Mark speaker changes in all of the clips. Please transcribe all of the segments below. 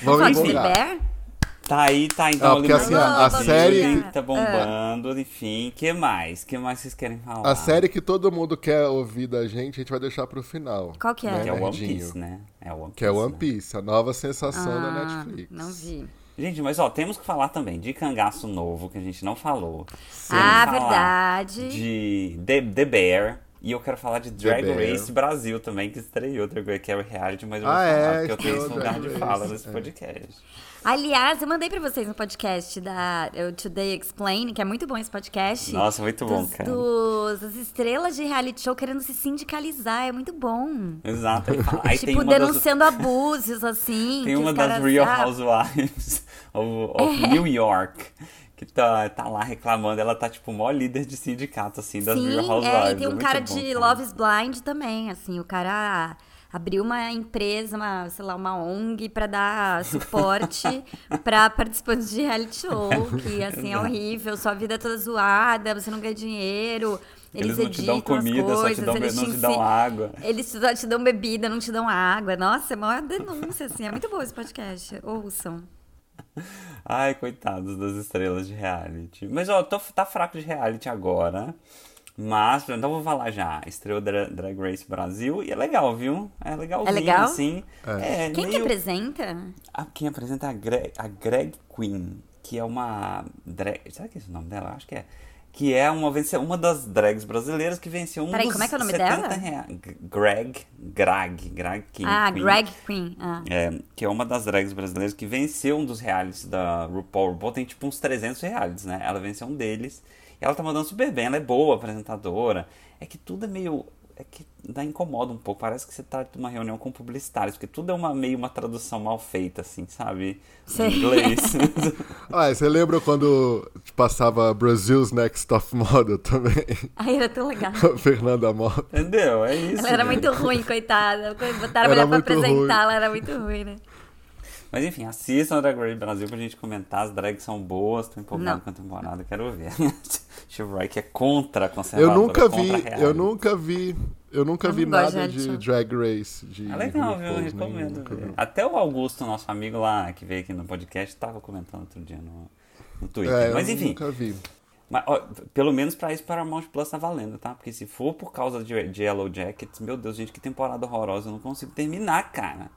Speaker 1: Vamos
Speaker 2: Falar de The
Speaker 1: embora.
Speaker 2: Bear?
Speaker 3: Tá aí, tá então.
Speaker 1: Ah, porque,
Speaker 3: Oliver
Speaker 1: assim,
Speaker 2: a- a
Speaker 3: Stone,
Speaker 2: série-
Speaker 3: Tá bombando, enfim. que mais? que mais vocês querem falar?
Speaker 1: A série que todo mundo quer ouvir da gente, a gente vai deixar pro final.
Speaker 2: Qual que é?
Speaker 1: Né,
Speaker 3: Que é o One
Speaker 1: nerdinho?
Speaker 3: Piece, né? É o One Piece.
Speaker 1: Que é One
Speaker 3: né?
Speaker 1: Piece, a nova sensação da
Speaker 2: Ah,
Speaker 1: Netflix.
Speaker 2: Não vi.
Speaker 3: Gente, mas ó, temos que falar também de cangaço novo, que a gente não falou. Temos
Speaker 2: ah,
Speaker 3: que falar
Speaker 2: verdade.
Speaker 3: de The, The Bear. E eu quero falar de Drag
Speaker 1: Bear.
Speaker 3: Race Brasil também, que estreou Drag Race, que é o reality, mas eu vou
Speaker 1: Ah,
Speaker 3: falar,
Speaker 1: é,
Speaker 3: porque eu tenho
Speaker 1: estreou
Speaker 3: esse lugar
Speaker 1: Drag
Speaker 3: de
Speaker 1: Race,
Speaker 3: fala nesse
Speaker 1: é.
Speaker 3: podcast.
Speaker 2: Aliás, eu mandei pra vocês no podcast da eh, o Today Explain, que é muito bom esse podcast.
Speaker 3: Nossa, muito bom,
Speaker 2: dos,
Speaker 3: cara.
Speaker 2: dos- das estrelas de reality show querendo se sindicalizar, é muito bom.
Speaker 3: Exato. Aí, fala- aí tem
Speaker 2: tipo,
Speaker 3: uma das,
Speaker 2: denunciando abusos, assim.
Speaker 3: tem
Speaker 2: que
Speaker 3: uma
Speaker 2: os
Speaker 3: das
Speaker 2: caras- É.
Speaker 3: Real
Speaker 2: ah,
Speaker 3: Housewives of, of New York, que tá, tá lá reclamando. Ela tá, tipo, o maior líder de sindicato, assim, das Real
Speaker 2: Sim,
Speaker 3: Housewives.
Speaker 2: é, e tem um
Speaker 3: muito
Speaker 2: cara
Speaker 3: bom,
Speaker 2: de
Speaker 3: cara.
Speaker 2: Love is Blind também, assim, o cara abriu uma empresa, uma, sei lá, uma ONG pra dar suporte pra participantes de reality show, que assim é horrível, sua vida é toda zoada, você não ganha dinheiro, eles,
Speaker 3: Eles não te dão
Speaker 2: editam as
Speaker 3: comida,
Speaker 2: coisas,
Speaker 3: só te dão,
Speaker 2: eles
Speaker 3: não te
Speaker 2: ensi-
Speaker 3: dão água.
Speaker 2: Eles só te dão bebida, não te dão água. Nossa, é uma denúncia, assim. É muito bom esse podcast. Ouçam.
Speaker 3: Ai, coitados das estrelas de reality. Mas ó, tô, tá fraco de reality agora. Mas, então vou falar já. Estreou Dra- Drag Race Brasil e é legal, viu? É legalzinho,
Speaker 2: legal?
Speaker 3: assim. É,
Speaker 2: Quem que
Speaker 3: meio-
Speaker 2: apresenta?
Speaker 3: Ah, quem apresenta é a Greg, a Greg Queen, que é uma drag... Será que é esse o nome dela? Eu Acho que é. Que é uma, vence... uma das drags brasileiras que venceu um
Speaker 2: Peraí,
Speaker 3: dos
Speaker 2: como é que é o nome
Speaker 3: 70
Speaker 2: dela?
Speaker 3: rea- G- Greg, Greg, Greg Queen.
Speaker 2: ah,
Speaker 3: Queen.
Speaker 2: Greg Queen. Ah.
Speaker 3: É, que é uma das drags brasileiras que venceu um dos realities da RuPaul. RuPaul tem tipo uns 300 realities, né? Ela venceu um deles. E ela tá mandando super bem, ela é boa apresentadora. É que tudo é meio. É que dá incomoda um pouco. Parece que você tá numa reunião com publicitários, porque tudo é uma, meio uma tradução mal feita, assim, sabe?
Speaker 2: Sei.
Speaker 3: Em inglês.
Speaker 1: Ah, você lembra quando passava Brasil's Next Top Model também?
Speaker 2: Ai, era tão legal.
Speaker 1: A Fernanda Mota.
Speaker 3: Entendeu? É isso.
Speaker 2: Ela era
Speaker 3: gente.
Speaker 2: muito ruim, coitada. Botaram
Speaker 1: né? Era
Speaker 2: ela pra
Speaker 1: muito
Speaker 2: apresentar,
Speaker 1: ruim.
Speaker 2: ela era muito ruim, né?
Speaker 3: Mas enfim, assistam o Drag Race Brasil pra gente comentar. As drags são boas, tô empolgado
Speaker 2: Não.
Speaker 3: com a temporada, quero ver. Shivrai que é contra a
Speaker 1: Eu
Speaker 2: é
Speaker 3: conservadora.
Speaker 1: nunca vi,
Speaker 3: contra a
Speaker 1: eu
Speaker 3: reality.
Speaker 1: nunca vi, eu nunca
Speaker 2: Eu
Speaker 1: vi
Speaker 2: não gosto
Speaker 1: nada
Speaker 2: de
Speaker 1: de
Speaker 2: reality
Speaker 1: Drag Race. De
Speaker 3: É legal, viu? Eu
Speaker 1: RuPaul's, nem-
Speaker 3: recomendo.
Speaker 1: nunca
Speaker 3: ver.
Speaker 2: Ah,
Speaker 1: vi.
Speaker 3: Até o Augusto, nosso amigo lá, que veio aqui no podcast, tava comentando outro dia no, no Twitter.
Speaker 1: É, eu
Speaker 3: Mas enfim,
Speaker 1: nunca vi.
Speaker 3: Mas, ó, pelo menos pra isso, Paramount Plus tá valendo, tá? Porque se for por causa de, de Yellow Jackets, meu Deus, gente, que temporada horrorosa. Eu não consigo terminar, cara.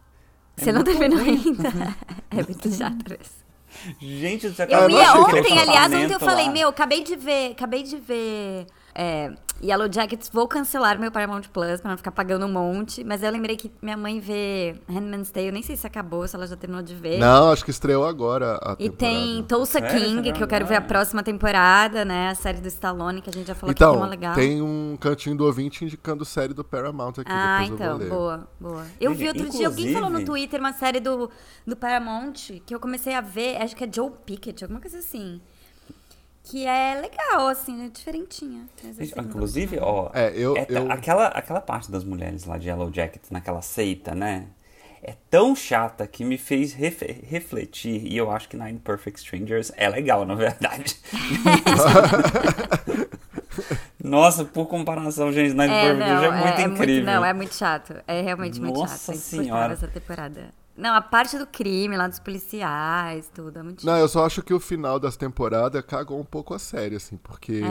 Speaker 1: É
Speaker 2: Você não terminou ainda? É muito chato isso.
Speaker 3: Gente, isso
Speaker 2: Eu
Speaker 1: Uhum.
Speaker 2: ia
Speaker 1: Ah, nossa, aquele
Speaker 2: ontem, aliás, ontem eu falei, meu, acabei de ver, acabei de ver é, Yellow Jackets, vou cancelar meu Paramount Plus pra não ficar pagando um monte. Mas eu lembrei que minha mãe vê Handman's Tale, nem sei se acabou, se ela já terminou de ver.
Speaker 1: Não, acho que estreou agora a
Speaker 2: E
Speaker 1: temporada.
Speaker 2: tem Tulsa
Speaker 3: Sério,
Speaker 2: King,
Speaker 3: você
Speaker 2: que
Speaker 3: não
Speaker 2: eu quero ver a
Speaker 3: vai?
Speaker 2: próxima temporada, né? A série do Stallone, que a gente já falou que é uma
Speaker 1: Então,
Speaker 2: legal.
Speaker 1: tem um cantinho do ouvinte indicando série do Paramount aqui.
Speaker 2: Ah,
Speaker 1: depois eu
Speaker 2: então,
Speaker 1: vou ler.
Speaker 2: boa, boa. Eu
Speaker 3: Gente,
Speaker 2: vi outro dia, alguém falou no
Speaker 3: inclusive-
Speaker 2: Twitter uma série do, do Paramount que eu comecei a ver, acho que é Joe Pickett, alguma coisa assim. Que é legal, assim, é diferentinha. Mas
Speaker 3: Gente,
Speaker 2: assim, não-
Speaker 3: Inclusive, ó,
Speaker 1: É, eu-
Speaker 3: t-
Speaker 1: eu-
Speaker 3: Aquela, aquela parte das mulheres lá de Yellow Jackets, naquela seita, né? É tão chata que me fez refe- refletir. E eu acho que Nine Perfect Strangers é legal, na verdade. Nossa, por comparação, gente, Nine
Speaker 2: É,
Speaker 3: Perfect
Speaker 2: não,
Speaker 3: Strangers é,
Speaker 2: é, é
Speaker 3: muito incrível.
Speaker 2: não, é muito chato. É realmente muito
Speaker 3: Nossa
Speaker 2: chato. é insuportável
Speaker 3: Senhora.
Speaker 2: essa temporada. Não, a parte do crime lá dos policiais, tudo, é muito chato.
Speaker 1: Não, eu só acho que o final das temporadas cagou um pouco a série, assim, porque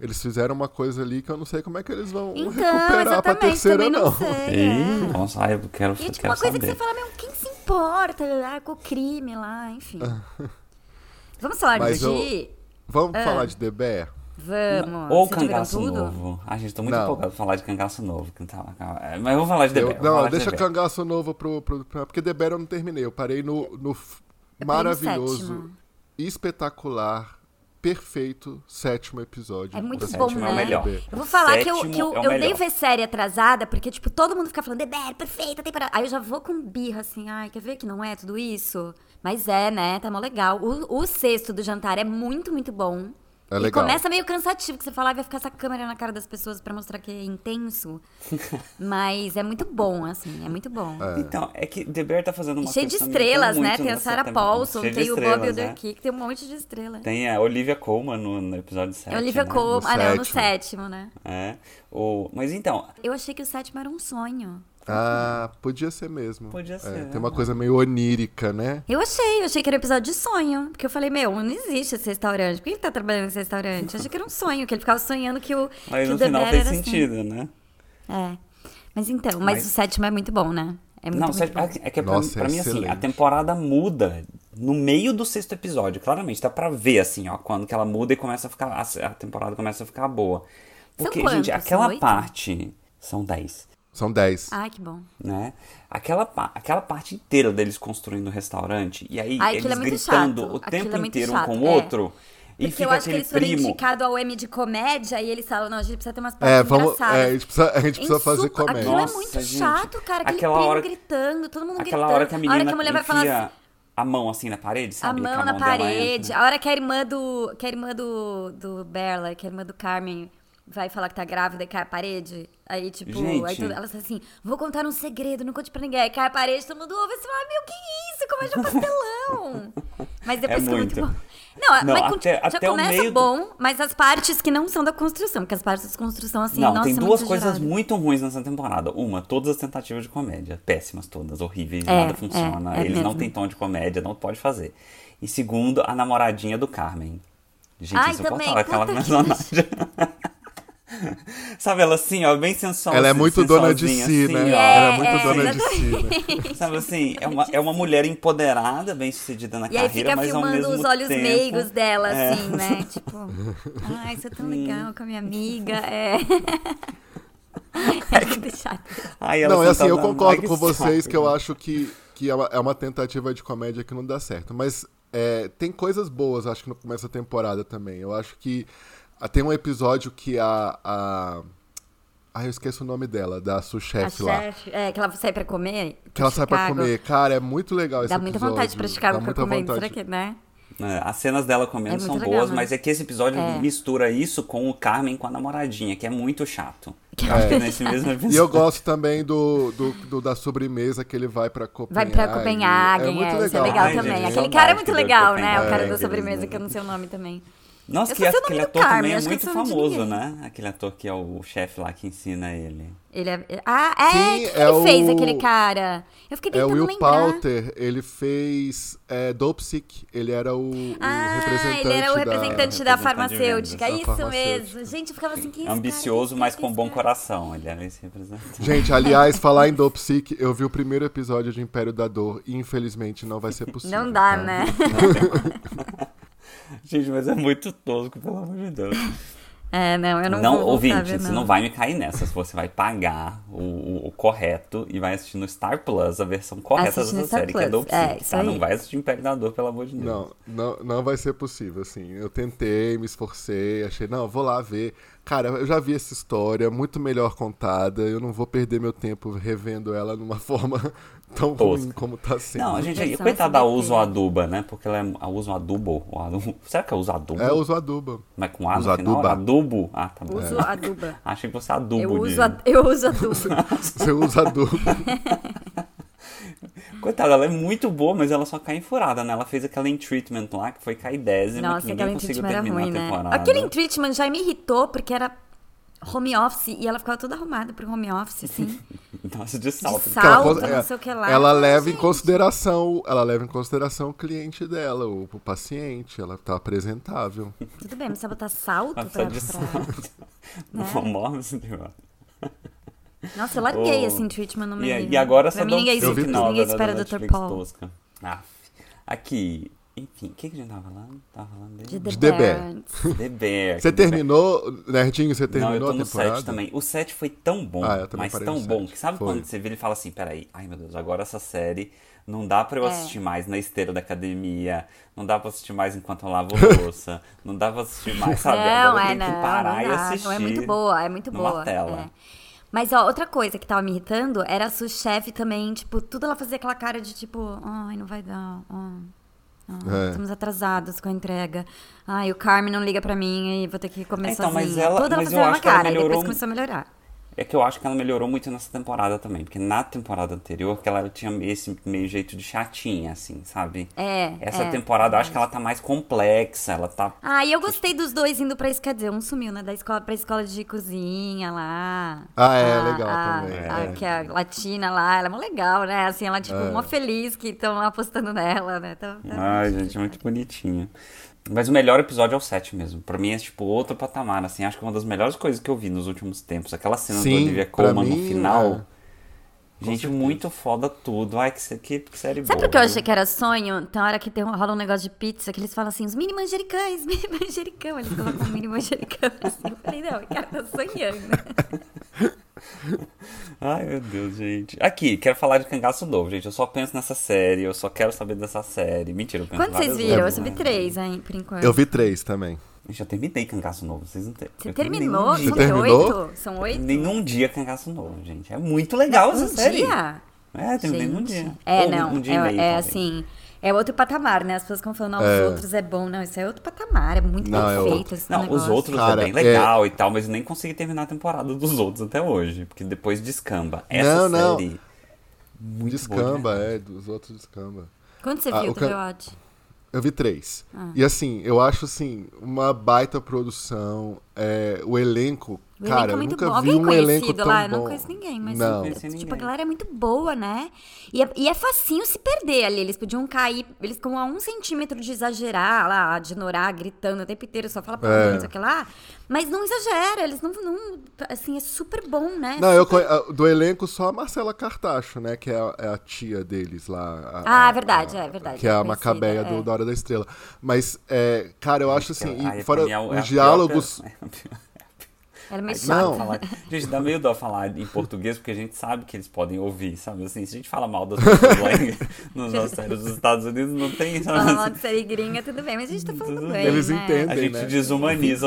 Speaker 1: eles fizeram uma coisa ali que eu não sei como é que eles vão
Speaker 2: É. Então,
Speaker 1: recuperar pra
Speaker 2: exatamente,
Speaker 1: terceira,
Speaker 2: também não,
Speaker 1: não.
Speaker 2: sei. é.
Speaker 3: Ih, Nossa, ai, eu quero,
Speaker 2: E é
Speaker 3: eu
Speaker 2: tipo
Speaker 3: quero
Speaker 2: uma coisa que
Speaker 3: saber.
Speaker 2: você fala, meu, quem se importa ah, com o crime lá, enfim. Vamos falar
Speaker 1: Mas
Speaker 2: de Gi?
Speaker 1: Vamos
Speaker 2: É.
Speaker 1: falar de The Bear?
Speaker 2: Vamos.
Speaker 3: Ou
Speaker 2: Vocês viram
Speaker 3: Cangaço
Speaker 2: tudo?
Speaker 3: Novo. Ai, gente, tô muito
Speaker 1: Não.
Speaker 3: empolgado pra falar de Cangaço Novo. que tá- é, Mas eu vou falar de The
Speaker 1: Eu-
Speaker 3: Bear, vou falar
Speaker 1: não,
Speaker 3: de
Speaker 1: deixa
Speaker 3: The Bear.
Speaker 1: cangaço novo pro, pro, pra- Porque The Bear eu não terminei. Eu parei no, no f-
Speaker 2: no
Speaker 1: maravilhoso,
Speaker 2: sétimo.
Speaker 1: espetacular, perfeito sétimo episódio.
Speaker 2: É muito
Speaker 1: da
Speaker 2: bom,
Speaker 1: sétima
Speaker 2: né?
Speaker 3: é o melhor.
Speaker 1: The Bear.
Speaker 2: Eu vou falar que eu,
Speaker 3: Sétimo
Speaker 2: que eu,
Speaker 3: é o
Speaker 2: eu
Speaker 3: melhor.
Speaker 2: dei ver série atrasada, porque, tipo, todo mundo fica falando, Deber, perfeita, tem parada. Aí eu já vou com birra, assim, ai, quer ver que não é tudo isso? Mas é, né? Tá mó legal. O, o sexto do jantar é muito, muito bom.
Speaker 1: É
Speaker 2: e
Speaker 1: legal.
Speaker 2: começa meio cansativo, que você fala, "Ai, vai ficar essa câmera na cara das pessoas pra mostrar que é intenso. Mas é muito bom, assim, é muito bom.
Speaker 3: Então, é que The Bear tá fazendo uma
Speaker 2: Cheio de
Speaker 3: coisa também
Speaker 2: estrelas,
Speaker 3: muito
Speaker 2: né? Tem a
Speaker 3: nessa
Speaker 2: Sarah
Speaker 3: temporada.
Speaker 2: Paulson,
Speaker 3: Cheio de
Speaker 2: tem o Bob
Speaker 3: estrelas, né?
Speaker 2: Odenkirk, tem um monte de estrela.
Speaker 3: Tem a Olivia Colman no, no episódio 7.
Speaker 2: É Olivia
Speaker 3: né?
Speaker 2: Colman, ah não, no
Speaker 1: sétimo.
Speaker 2: sétimo, né?
Speaker 3: É. O... Mas então,
Speaker 2: Eu achei que o sétimo era um sonho.
Speaker 1: Ah, podia ser mesmo.
Speaker 3: Podia
Speaker 1: É,
Speaker 3: ser,
Speaker 1: tem uma
Speaker 3: né?
Speaker 1: coisa meio onírica, né?
Speaker 2: Eu achei, eu achei que era um episódio de sonho. Porque eu falei, meu, não existe esse restaurante. Por que ele tá trabalhando nesse restaurante? Eu achei que era um sonho, que ele ficava sonhando que o.
Speaker 3: aí
Speaker 2: que
Speaker 3: no
Speaker 2: o The
Speaker 3: final
Speaker 2: Bear
Speaker 3: fez
Speaker 2: era assim.
Speaker 3: sentido, né?
Speaker 2: É. Mas então, mas,
Speaker 3: Mas-
Speaker 2: o sétimo é muito bom, né? É muito,
Speaker 3: Não,
Speaker 2: muito
Speaker 3: sério,
Speaker 2: bom.
Speaker 3: é que é pra,
Speaker 1: Nossa,
Speaker 3: pra mim assim, a
Speaker 1: excelente.
Speaker 3: temporada muda no meio do sexto episódio, claramente. Dá pra ver assim, ó, quando que ela muda e começa a ficar. A, a temporada começa a ficar boa.
Speaker 2: São
Speaker 3: Porque,
Speaker 2: quantos?
Speaker 3: gente,
Speaker 2: São
Speaker 3: aquela
Speaker 2: oito?
Speaker 3: parte. São 10.
Speaker 1: São 10.
Speaker 2: Ai, que bom.
Speaker 3: né? Aquela, pa- aquela parte inteira deles construindo o restaurante, e aí
Speaker 2: Ah, aquilo
Speaker 3: eles
Speaker 2: é muito
Speaker 3: gritando
Speaker 2: chato.
Speaker 3: o
Speaker 2: Aquilo
Speaker 3: tempo
Speaker 2: é muito
Speaker 3: inteiro um
Speaker 2: chato,
Speaker 3: com o
Speaker 2: é.
Speaker 3: outro, e
Speaker 2: Porque
Speaker 3: fica
Speaker 2: eu acho que
Speaker 3: aquele
Speaker 2: eles foram
Speaker 3: primo.
Speaker 2: indicados ao M de comédia e eles falam, não, a gente precisa ter umas partes
Speaker 1: É, vamos.
Speaker 2: engraçadas.
Speaker 1: é, a gente precisa, a gente precisa
Speaker 2: Insupo-
Speaker 1: fazer comédia.
Speaker 2: Aquilo é
Speaker 3: Nossa,
Speaker 2: muito
Speaker 3: gente.
Speaker 2: chato, cara. Aquele
Speaker 3: Aquela
Speaker 2: primo
Speaker 3: hora-
Speaker 2: gritando, todo mundo
Speaker 3: Aquela
Speaker 2: gritando.
Speaker 3: hora que a menina
Speaker 2: mulher vai
Speaker 3: enfia
Speaker 2: falar assim,
Speaker 3: a mão assim na parede,
Speaker 2: a
Speaker 3: sabe? Que
Speaker 2: mão na
Speaker 3: dela
Speaker 2: parede.
Speaker 3: entra.
Speaker 2: A hora que a irmã do. Que a irmã do, do Berla, que a irmã do Carmen vai falar que tá grávida e cai a parede. Aí, tipo, aí
Speaker 3: Gente.
Speaker 2: tudo- ela fala assim: vou contar um segredo, não conte pra ninguém. Aí cai a parede, todo mundo ouve e fala, "Ah, meu, que isso? Comete um pastelão. mas depois
Speaker 3: É
Speaker 2: fica muito
Speaker 3: muito.
Speaker 2: bom. Não, a-
Speaker 3: Não,
Speaker 2: mas conti-
Speaker 3: até-
Speaker 2: já
Speaker 3: até o
Speaker 2: começa
Speaker 3: meio do-
Speaker 2: bom, mas as partes que não são da construção, porque as partes da construção, assim,
Speaker 3: Não,
Speaker 2: nossa,
Speaker 3: tem
Speaker 2: é
Speaker 3: duas
Speaker 2: muito
Speaker 3: coisas
Speaker 2: exagerado.
Speaker 3: muito ruins nessa temporada. Uma, todas as tentativas de comédia. Péssimas todas, horríveis,
Speaker 2: É,
Speaker 3: nada funciona.
Speaker 2: é, é
Speaker 3: Eles não
Speaker 2: mesmo.
Speaker 3: têm tom de comédia, não pode fazer. E segundo, a namoradinha do Carmen. Gente,
Speaker 2: Ai,
Speaker 3: insuportável
Speaker 2: também,
Speaker 3: aquela
Speaker 2: puta que
Speaker 3: personagem. é Sabe, ela assim, ó, bem sensual.
Speaker 1: Ela é muito dona de si, né? Ela é muito
Speaker 2: É,
Speaker 1: dona de si, né?
Speaker 3: Sabe assim, é uma, é uma mulher empoderada, bem sucedida na
Speaker 2: E aí
Speaker 3: carreira,
Speaker 2: fica
Speaker 3: mas ao
Speaker 2: filmando
Speaker 3: mesmo
Speaker 2: os olhos
Speaker 3: tempo...
Speaker 2: meigos dela,
Speaker 3: É.
Speaker 2: assim, né? Tipo, ai, isso é tão legal com a minha amiga. É. É muito chato.
Speaker 3: Ai, ela um
Speaker 1: Não, é assim,
Speaker 3: sentada
Speaker 1: eu
Speaker 3: na-
Speaker 1: concordo
Speaker 3: Ai, que
Speaker 1: com vocês
Speaker 3: saco.
Speaker 1: que eu acho que, que é uma- é uma tentativa de comédia que não dá certo. Mas é, tem coisas boas, acho que no começo da temporada também. Eu acho que ah, tem um episódio que a. a... Ah, eu esqueço o nome dela, da sua
Speaker 2: A
Speaker 1: chefe lá.
Speaker 2: chefe, é, que ela sai pra comer.
Speaker 1: Que ela sai pra
Speaker 2: Chicago.
Speaker 1: comer. Cara, é muito legal esse
Speaker 2: Dá muita
Speaker 1: episódio.
Speaker 2: vontade pra Chicago
Speaker 1: Dá
Speaker 2: pra
Speaker 1: muita
Speaker 2: comer.
Speaker 1: vontade.
Speaker 2: Será que, né?
Speaker 3: É, As cenas dela comendo
Speaker 2: É muito
Speaker 3: são
Speaker 2: legal,
Speaker 3: boas,
Speaker 2: né?
Speaker 3: mas é que esse episódio
Speaker 2: É.
Speaker 3: mistura isso com o Carmen com a namoradinha, que é muito chato.
Speaker 2: Que
Speaker 3: Acho que
Speaker 2: é
Speaker 3: nesse mesmo episódio.
Speaker 1: E eu gosto também do, do, do- da sobremesa que ele vai pra
Speaker 2: Vai
Speaker 1: Copenhague.
Speaker 2: pra Copenhague,
Speaker 1: É muito
Speaker 2: é,
Speaker 1: legal.
Speaker 2: isso é legal
Speaker 3: Ai,
Speaker 2: também.
Speaker 3: gente,
Speaker 2: Aquele
Speaker 3: saudade
Speaker 2: cara é
Speaker 3: que
Speaker 2: muito
Speaker 3: deu de
Speaker 2: legal, né? O
Speaker 3: Copenhague,
Speaker 2: cara da
Speaker 3: aqueles
Speaker 2: sobremesa,
Speaker 3: dois.
Speaker 2: que eu não sei o nome também.
Speaker 3: Nossa,
Speaker 2: Eu
Speaker 3: que
Speaker 2: só sei o
Speaker 3: aquele
Speaker 2: nome do
Speaker 3: ator
Speaker 2: Carmen,
Speaker 3: também é
Speaker 2: acho que eu
Speaker 3: muito
Speaker 2: sou de
Speaker 3: famoso,
Speaker 2: ninguém.
Speaker 3: né? Aquele ator que é o chefe lá que ensina ele.
Speaker 2: Ele é... Ah, é?
Speaker 1: Sim,
Speaker 2: o que
Speaker 1: é
Speaker 2: ele fez,
Speaker 1: o-
Speaker 2: aquele cara? Eu fiquei
Speaker 1: É o
Speaker 2: tentando
Speaker 1: Will
Speaker 2: lembrar.
Speaker 1: Poulter, ele fez é, Dope Sick. Ele era o, o
Speaker 2: Ah,
Speaker 1: representante
Speaker 2: ele era o
Speaker 1: da-
Speaker 2: representante da,
Speaker 3: representante de
Speaker 2: farmacêutica.
Speaker 3: vendas,
Speaker 1: da
Speaker 2: Isso
Speaker 1: farmacêutica.
Speaker 2: mesmo. Gente, eu ficava assim, quem é esse
Speaker 3: Ambicioso,
Speaker 2: cara?
Speaker 3: mas
Speaker 2: Quem é
Speaker 3: com
Speaker 2: esse
Speaker 3: bom
Speaker 2: cara?
Speaker 3: coração. Ele era esse representante.
Speaker 1: Gente, aliás, falar em Dope Sick, eu vi o primeiro episódio de Império da Dor e infelizmente não vai ser possível.
Speaker 2: Não dá,
Speaker 1: tá?
Speaker 2: né?
Speaker 3: Gente, mas é muito tosco, pelo amor de Deus.
Speaker 2: É, não, eu não, vou voltar a
Speaker 3: ouvinte,
Speaker 2: ver,
Speaker 3: você não vai me cair nessas. Você vai pagar o, o- o correto e vai assistir no Star Plus a versão correta
Speaker 2: Assiste no
Speaker 3: dessa
Speaker 2: Star
Speaker 3: série, que é
Speaker 2: Plus,
Speaker 3: Dope
Speaker 2: é,
Speaker 3: Sick,
Speaker 2: isso
Speaker 3: tá?
Speaker 2: aí.
Speaker 3: Não vai assistir Império da Dor, pelo amor de Deus.
Speaker 1: Não, não, não vai ser possível, assim. Eu tentei, me esforcei, achei, não, vou lá ver. Cara, eu já vi essa história, muito melhor contada. Eu não vou perder meu tempo revendo ela numa forma tão ruim
Speaker 3: Tosca.
Speaker 1: como tá sendo.
Speaker 3: Não, gente,
Speaker 2: Versão
Speaker 3: coitada da
Speaker 2: SBT.
Speaker 3: Uso Aduba, né? Porque ela é a Uso Adubo. ou Adu- Será que é Uso Adubo?
Speaker 1: É, uso aduba.
Speaker 3: Mas com A no
Speaker 1: Uso
Speaker 3: final?
Speaker 1: Aduba. É.
Speaker 3: Adubo? Ah, tá bom.
Speaker 2: Uso aduba.
Speaker 3: Achei que fosse adubo.
Speaker 2: Eu
Speaker 3: de-
Speaker 2: uso, a, eu uso aduba.
Speaker 1: Você usa adubo.
Speaker 3: Coitada, ela é muito boa, mas ela só cai em furada, né? Ela fez aquela em treatment lá, que foi cair décima, que
Speaker 2: Nossa, aquela
Speaker 3: ninguém conseguiu
Speaker 2: entreatment era
Speaker 3: terminar
Speaker 2: ruim,
Speaker 3: a
Speaker 2: né?
Speaker 3: temporada.
Speaker 2: Aquele entreatment já me irritou, porque era home office e ela ficava toda arrumada pro home office, assim.
Speaker 3: Nossa, de salto.
Speaker 2: salto. Alto,
Speaker 1: Ela- é,
Speaker 2: não sei o que lá.
Speaker 1: Ela leva em
Speaker 2: Gente.
Speaker 1: consideração, ela leva em consideração o cliente dela, o, o paciente, ela tá apresentável.
Speaker 2: Tudo bem, mas você botar salto pra, Né?
Speaker 3: Ela só de
Speaker 2: pra-
Speaker 3: salto. No home office, entendeu?
Speaker 2: Nossa, eu larguei
Speaker 3: Oh.
Speaker 2: esse entreatment no meu
Speaker 3: E,
Speaker 2: nível.
Speaker 3: e agora essa
Speaker 2: pra mim, ninguém,
Speaker 1: Eu vi tudo.
Speaker 2: ninguém espera
Speaker 3: da
Speaker 2: Dr.
Speaker 3: Netflix
Speaker 2: Paul.
Speaker 3: tosca. Aff. Aqui, enfim, o que que a gente tava falando? Tava falando
Speaker 2: De
Speaker 3: dele?
Speaker 2: The,
Speaker 1: De The Bear.
Speaker 2: Parents.
Speaker 3: Bear.
Speaker 1: Você
Speaker 3: The Bear.
Speaker 1: terminou, Nerdinho, você
Speaker 3: Não, eu
Speaker 1: terminou
Speaker 3: tô no
Speaker 1: a temporada?
Speaker 3: 7 também. O 7 foi tão bom,
Speaker 1: Ah, eu também
Speaker 3: mas
Speaker 1: parei
Speaker 3: tão
Speaker 1: no
Speaker 3: bom,
Speaker 1: sete.
Speaker 3: que sabe
Speaker 1: Foi.
Speaker 3: quando você vira e fala assim, peraí, ai meu Deus, agora essa série não dá pra eu
Speaker 2: É.
Speaker 3: assistir mais na esteira da academia, não dá pra assistir mais enquanto eu lavo louça, não dá pra assistir mais, sabe?
Speaker 2: Não,
Speaker 3: agora eu
Speaker 2: é,
Speaker 3: tenho
Speaker 2: não.
Speaker 3: que parar
Speaker 2: não
Speaker 3: e
Speaker 2: dá.
Speaker 3: assistir.
Speaker 2: Não, é muito boa, é muito
Speaker 3: numa
Speaker 2: boa.
Speaker 3: tela.
Speaker 2: é. Mas, ó, outra coisa que tava me irritando era a sua chefe também, tipo, tudo ela fazia aquela cara de tipo, ai, não vai dar, ó, ó,
Speaker 1: É.
Speaker 2: estamos atrasados com a entrega. Ai, o Carmen não liga pra mim e vou ter que comer
Speaker 3: Então,
Speaker 2: sozinha.
Speaker 3: mas ela-
Speaker 2: Toda ela
Speaker 3: mas
Speaker 2: fazia
Speaker 3: eu
Speaker 2: a mesma
Speaker 3: acho que ela
Speaker 2: cara, e depois
Speaker 3: melhorou-
Speaker 2: começou a melhorar.
Speaker 3: É que eu acho que ela melhorou muito nessa temporada também, porque na temporada anterior que ela tinha esse meio jeito de chatinha, assim, sabe?
Speaker 2: É,
Speaker 3: Essa
Speaker 2: é,
Speaker 3: temporada eu acho que ela tá mais complexa, ela tá
Speaker 2: Ah, e eu gostei dos dois indo pra escola. Quer dizer, um sumiu, né? Da escola pra escola de cozinha lá.
Speaker 1: Ah, é,
Speaker 2: A-
Speaker 1: legal
Speaker 2: a-
Speaker 1: também,
Speaker 2: a-
Speaker 1: é.
Speaker 2: Que a latina lá, ela é mó legal, né? Assim, ela, tipo,
Speaker 1: É.
Speaker 2: mó feliz que estão apostando nela, né? Então, tá-
Speaker 3: Ai, gente, muito bonitinho. Mas o melhor episódio é o 7 mesmo. Pra mim é tipo outro patamar, assim. Acho que uma das melhores coisas que eu vi nos últimos tempos. Aquela cena
Speaker 1: Sim,
Speaker 3: do Olivia
Speaker 1: pra
Speaker 3: Colman
Speaker 1: mim,
Speaker 3: no final.
Speaker 1: é. Com
Speaker 3: Gente,
Speaker 1: certeza.
Speaker 3: muito foda tudo. Ai, que, que, que série
Speaker 2: Sabe
Speaker 3: boa. né?
Speaker 2: por que eu
Speaker 3: viu?
Speaker 2: achei que era sonho? Tem hora que tem, um- rola um negócio de pizza que eles falam assim, os mini manjericães, mini manjericão. Eles colocam mini manjericão assim. Eu falei, não, o cara tá sonhando.
Speaker 3: Ai, meu Deus, gente. Aqui, quero falar de Cangaço Novo, gente. Eu só penso nessa série, eu só quero saber dessa série. Mentira, eu penso
Speaker 2: Quando vocês
Speaker 3: várias
Speaker 2: viram? Eu
Speaker 3: outras,
Speaker 2: subi
Speaker 3: né?
Speaker 2: três, hein, por enquanto.
Speaker 1: Eu vi três também.
Speaker 3: Gente, eu terminei Cangaço Novo, vocês não têm.
Speaker 2: Você
Speaker 3: eu terminei
Speaker 2: terminou?
Speaker 3: num dia.
Speaker 2: São
Speaker 1: Terminou?
Speaker 2: oito? São oito?
Speaker 3: Nenhum dia Cangaço Novo, gente. É muito legal essa
Speaker 2: um
Speaker 3: série.
Speaker 2: dia?
Speaker 3: É, terminei num
Speaker 2: Gente.
Speaker 3: dia.
Speaker 2: É,
Speaker 3: Ou
Speaker 2: não.
Speaker 3: Um dia
Speaker 2: é
Speaker 3: e meio,
Speaker 2: é
Speaker 3: talvez.
Speaker 2: assim. É outro patamar, né? As pessoas ficam falando, não,
Speaker 1: É.
Speaker 2: os outros é bom. Não, isso é outro patamar. É muito
Speaker 1: Não, é
Speaker 2: bem feito
Speaker 1: outro.
Speaker 2: esse
Speaker 3: Não,
Speaker 2: negócio.
Speaker 3: os outros
Speaker 1: Cara,
Speaker 3: é bem
Speaker 1: é-
Speaker 3: legal e tal, mas eu nem consegui terminar a temporada dos outros até hoje, porque depois descamba.
Speaker 1: Não,
Speaker 3: Essa
Speaker 1: não.
Speaker 3: série. Muito
Speaker 1: descamba,
Speaker 3: boa, né?
Speaker 1: é, dos outros descamba.
Speaker 2: Quando você
Speaker 1: Ah,
Speaker 2: viu
Speaker 1: o
Speaker 2: do
Speaker 1: can-
Speaker 2: The Watch?
Speaker 1: Eu vi três.
Speaker 2: Ah.
Speaker 1: E assim, eu acho assim, uma baita produção. é, o elenco,
Speaker 2: O elenco
Speaker 1: cara,
Speaker 2: é
Speaker 1: eu
Speaker 2: muito
Speaker 1: nunca
Speaker 2: bom.
Speaker 1: vi
Speaker 2: Alguém
Speaker 1: um
Speaker 2: conhecido
Speaker 1: elenco tão
Speaker 2: lá?
Speaker 1: bom.
Speaker 2: Eu não conheço ninguém, mas
Speaker 1: Não.
Speaker 3: Não conheci
Speaker 2: tipo, a
Speaker 3: ninguém.
Speaker 2: galera é muito boa, né? E é, e é facinho se perder ali. Eles podiam cair, eles ficam a um centímetro de exagerar lá, de norar, gritando o tempo inteiro, só fala pra
Speaker 1: É.
Speaker 2: é. não sei o que lá. Mas não exagera, eles não, não. Assim, é super bom, né?
Speaker 1: Não, eu conhe- ah, do elenco só a Marcela Cartacho, né? Que é a, é a tia deles lá. a-
Speaker 2: Ah,
Speaker 1: a-
Speaker 2: é verdade,
Speaker 1: a-
Speaker 2: é verdade,
Speaker 1: Que é a
Speaker 2: conhecida,
Speaker 1: macabeia do-
Speaker 2: é.
Speaker 1: da Hora da Estrela. Mas, é, cara, eu acho assim,
Speaker 3: Ai,
Speaker 1: e
Speaker 3: pra
Speaker 1: fora
Speaker 3: mim é o- é a
Speaker 1: os
Speaker 3: pior-
Speaker 1: diálogos.
Speaker 3: é a pior-
Speaker 2: Era é meio chato.
Speaker 1: Não.
Speaker 3: falar- Gente, dá meio dó falar em português, porque a gente sabe que eles podem ouvir, sabe? Assim, se a gente fala mal das pessoas lá em- nos nossos séries dos Estados Unidos, não tem, sabe?
Speaker 2: Falar
Speaker 3: Assim,
Speaker 2: mal de série gringa, tudo bem, mas a gente tá falando bem.
Speaker 3: Tudo bem.
Speaker 1: Eles
Speaker 2: né?
Speaker 1: entendem.
Speaker 3: A
Speaker 1: Entendem,
Speaker 3: gente
Speaker 1: né?
Speaker 3: desumaniza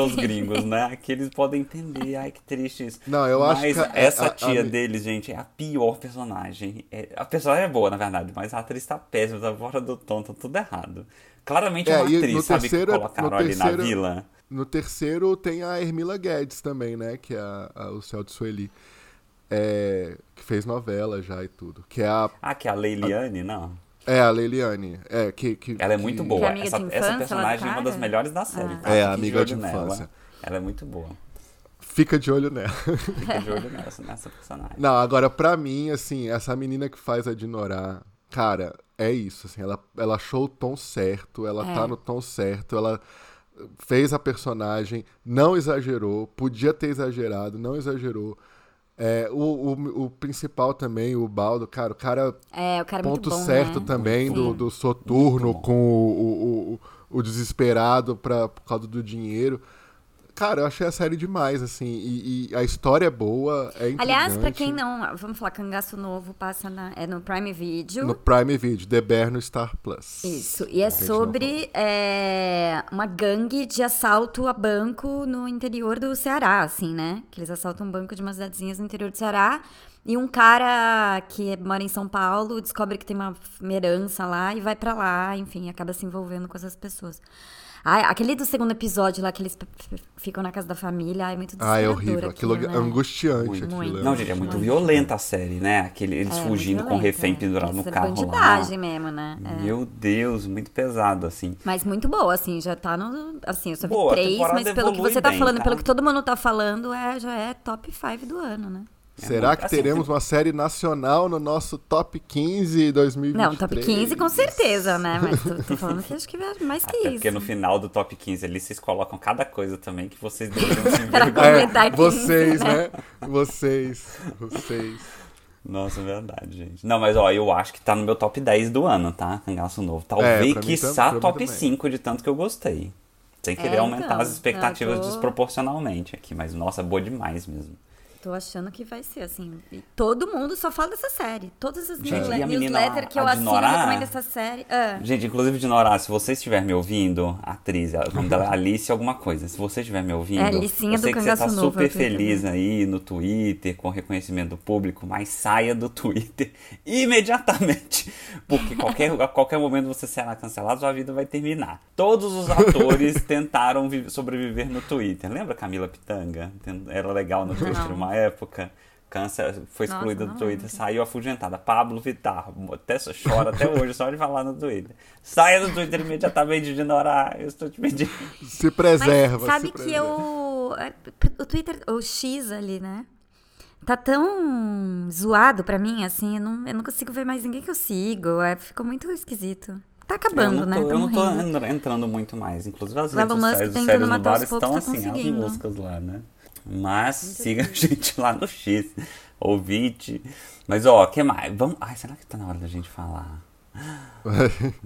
Speaker 3: os gringos, né? Aqui eles podem entender. Ai, que triste isso.
Speaker 1: Não, eu acho
Speaker 3: Mas
Speaker 1: que a-
Speaker 3: essa
Speaker 1: a- a-
Speaker 3: tia
Speaker 1: a-
Speaker 3: deles, gente, é a pior personagem. É- a personagem é boa, na verdade, mas a atriz tá péssima, tá fora do tom, tá tudo errado. Claramente
Speaker 1: É,
Speaker 3: é, uma
Speaker 1: e
Speaker 3: atriz,
Speaker 1: no
Speaker 3: sabe,
Speaker 1: terceiro-
Speaker 3: que
Speaker 1: no
Speaker 3: colocaram ali na
Speaker 1: terceiro-
Speaker 3: vila.
Speaker 1: No terceiro tem a Hermila Guedes também, né? Que é a- a- o Céu de Sueli. É, que fez novela já e tudo. Que é a
Speaker 3: Ah, que é a Leiliane? Não.
Speaker 1: É, a Leiliane. É, que, que,
Speaker 3: Ela é muito
Speaker 1: que-
Speaker 2: Que é
Speaker 3: boa.
Speaker 2: amiga
Speaker 3: Essa,
Speaker 2: de
Speaker 3: essa
Speaker 2: infância,
Speaker 3: personagem
Speaker 2: ela
Speaker 3: é uma das
Speaker 2: cara? Ah.
Speaker 3: melhores da série. tá?
Speaker 1: É,
Speaker 3: Fique de
Speaker 1: amiga
Speaker 3: olho
Speaker 1: de
Speaker 3: nela.
Speaker 1: infância.
Speaker 3: Ela é muito boa.
Speaker 1: Fica de olho nela.
Speaker 3: Fica de olho nessa, nessa personagem.
Speaker 1: Não, agora, pra mim, assim, essa menina que faz a Dinorá, cara, é isso, assim, ela, ela achou o tom certo, ela
Speaker 2: É.
Speaker 1: tá no tom certo, ela fez a personagem, não exagerou, podia ter exagerado, não exagerou. É, o, o, o principal também, o Baldo, cara, o cara
Speaker 2: É, o cara é muito
Speaker 1: ponto
Speaker 2: bom,
Speaker 1: certo
Speaker 2: né?
Speaker 1: também
Speaker 2: Sim.
Speaker 1: do, do Soturno
Speaker 3: Muito bom.
Speaker 1: com o, o, o, o desesperado pra, por causa do dinheiro. Cara, eu achei a série demais, assim, e, e a história é boa, é
Speaker 2: Aliás, pra
Speaker 1: intrigante.
Speaker 2: quem não... Vamos falar, Cangaço Novo passa na, é no Prime Video.
Speaker 1: No Prime Video, The Bear no Star Plus.
Speaker 2: Isso, e é
Speaker 1: A gente não
Speaker 2: sobre é, uma gangue de assalto a banco no interior do Ceará, assim, né? Que eles assaltam um banco de umas cidadezinhas no interior do Ceará. E um cara que mora em São Paulo descobre que tem uma f- uma herança lá e vai pra lá, enfim, acaba se envolvendo com essas pessoas. Ah, aquele do segundo episódio lá que eles p- p- ficam na casa da família, ai, é muito
Speaker 1: Ah, é
Speaker 2: desesperador
Speaker 1: horrível. Aquilo,
Speaker 2: Aquilo,
Speaker 1: é
Speaker 2: né?
Speaker 1: angustiante.
Speaker 3: Muito.
Speaker 1: aquilo, um
Speaker 2: Muito.
Speaker 3: Não, gente, é muito violenta a série, né? Aquele, eles
Speaker 2: É, muito
Speaker 3: fugindo com o
Speaker 2: violento,
Speaker 3: refém
Speaker 2: né?
Speaker 3: pendurado no
Speaker 2: Isso é
Speaker 3: carro lá.
Speaker 2: bandidagem mesmo, né? É.
Speaker 3: Meu Deus, muito pesado, assim.
Speaker 2: Mas muito boa, assim, já tá no. Assim, eu só vi
Speaker 3: Boa, a
Speaker 2: três,
Speaker 3: temporada
Speaker 2: mas pelo que
Speaker 3: evolui
Speaker 2: você tá
Speaker 3: bem,
Speaker 2: falando,
Speaker 3: tá?
Speaker 2: pelo que todo mundo tá falando, é, já é top 5 do ano, né?
Speaker 1: Será
Speaker 3: muito-
Speaker 1: que
Speaker 3: assim,
Speaker 1: teremos uma série nacional no nosso top 15 2023?
Speaker 2: Não, top 15 com certeza, né? Mas tô, tô falando que acho que vai mais que
Speaker 3: Até
Speaker 2: isso.
Speaker 3: É porque no final do top 15 ali, vocês colocam cada coisa também que vocês deixam se
Speaker 2: Pra
Speaker 3: envergonhar.
Speaker 2: completar
Speaker 1: É,
Speaker 2: 15,
Speaker 1: vocês,
Speaker 2: né?
Speaker 1: né? Vocês, vocês.
Speaker 3: Nossa, é verdade, gente. Não, mas ó, eu acho que tá no meu top 10 do ano, tá? Cangaço Novo.
Speaker 1: É,
Speaker 3: Talvez,
Speaker 1: pra mim tam-
Speaker 3: quiçá,
Speaker 1: pra mim
Speaker 3: top
Speaker 1: também.
Speaker 3: 5 de tanto que eu gostei. Sem querer
Speaker 2: É,
Speaker 3: aumentar
Speaker 2: então.
Speaker 3: as expectativas
Speaker 2: Eu tô-
Speaker 3: desproporcionalmente aqui, mas nossa, boa demais mesmo.
Speaker 2: Tô achando que vai ser, assim. e todo mundo só fala dessa série. Todas as
Speaker 3: Gente,
Speaker 2: newsle-
Speaker 3: e a menina,
Speaker 2: newsletters que
Speaker 3: a
Speaker 2: eu assino
Speaker 3: Dinorá?
Speaker 2: recomendo essa série. Ah,
Speaker 3: Gente, inclusive de Norá, se você estiver me ouvindo, a atriz, ela- o nome dela é Alice alguma coisa. Se você estiver me ouvindo,
Speaker 2: É, Alicinha
Speaker 3: eu sei
Speaker 2: do
Speaker 3: que você tá
Speaker 2: Cangaço Novo,
Speaker 3: super
Speaker 2: eu tô entendendo.
Speaker 3: feliz aí no Twitter, com o reconhecimento do público, mas saia do Twitter imediatamente. Porque qualquer, a qualquer momento você será cancelado, sua vida vai terminar. Todos os atores tentaram vi- sobreviver no Twitter. Lembra Camila Pitanga? Tem- Era legal no Twitter
Speaker 2: Não.
Speaker 3: uma época. Câncer foi
Speaker 2: Nossa,
Speaker 3: excluída do
Speaker 2: não
Speaker 3: Twitter, saiu afugentada. Pablo Vittar, até so- chora até hoje só de falar no Twitter. Saia do Twitter imediatamente de Nora, eu estou te pedindo.
Speaker 2: Tá
Speaker 1: Se
Speaker 2: mas
Speaker 1: preserva.
Speaker 2: sabe
Speaker 1: se
Speaker 2: que
Speaker 1: preserva.
Speaker 2: eu. é, O Twitter, o X ali, né? Tá tão zoado pra mim, assim, eu não, eu não consigo ver mais ninguém que eu sigo. É, ficou muito esquisito. Tá acabando,
Speaker 3: eu
Speaker 2: né?
Speaker 3: não tô,
Speaker 2: Tá
Speaker 3: eu não tô
Speaker 2: morrendo.
Speaker 3: en- entrando muito mais. Inclusive as
Speaker 2: O Elon
Speaker 3: redes
Speaker 2: Musk
Speaker 3: sociais dos
Speaker 2: tentando
Speaker 3: sérios no
Speaker 2: matar
Speaker 3: bar
Speaker 2: aos poucos,
Speaker 3: estão
Speaker 2: tá
Speaker 3: assim, as
Speaker 2: conseguindo.
Speaker 3: músicas lá, né? Mas siga a gente lá no X, ouvinte. Mas ó, o que mais? Vamos... Ai, será que tá na hora da gente falar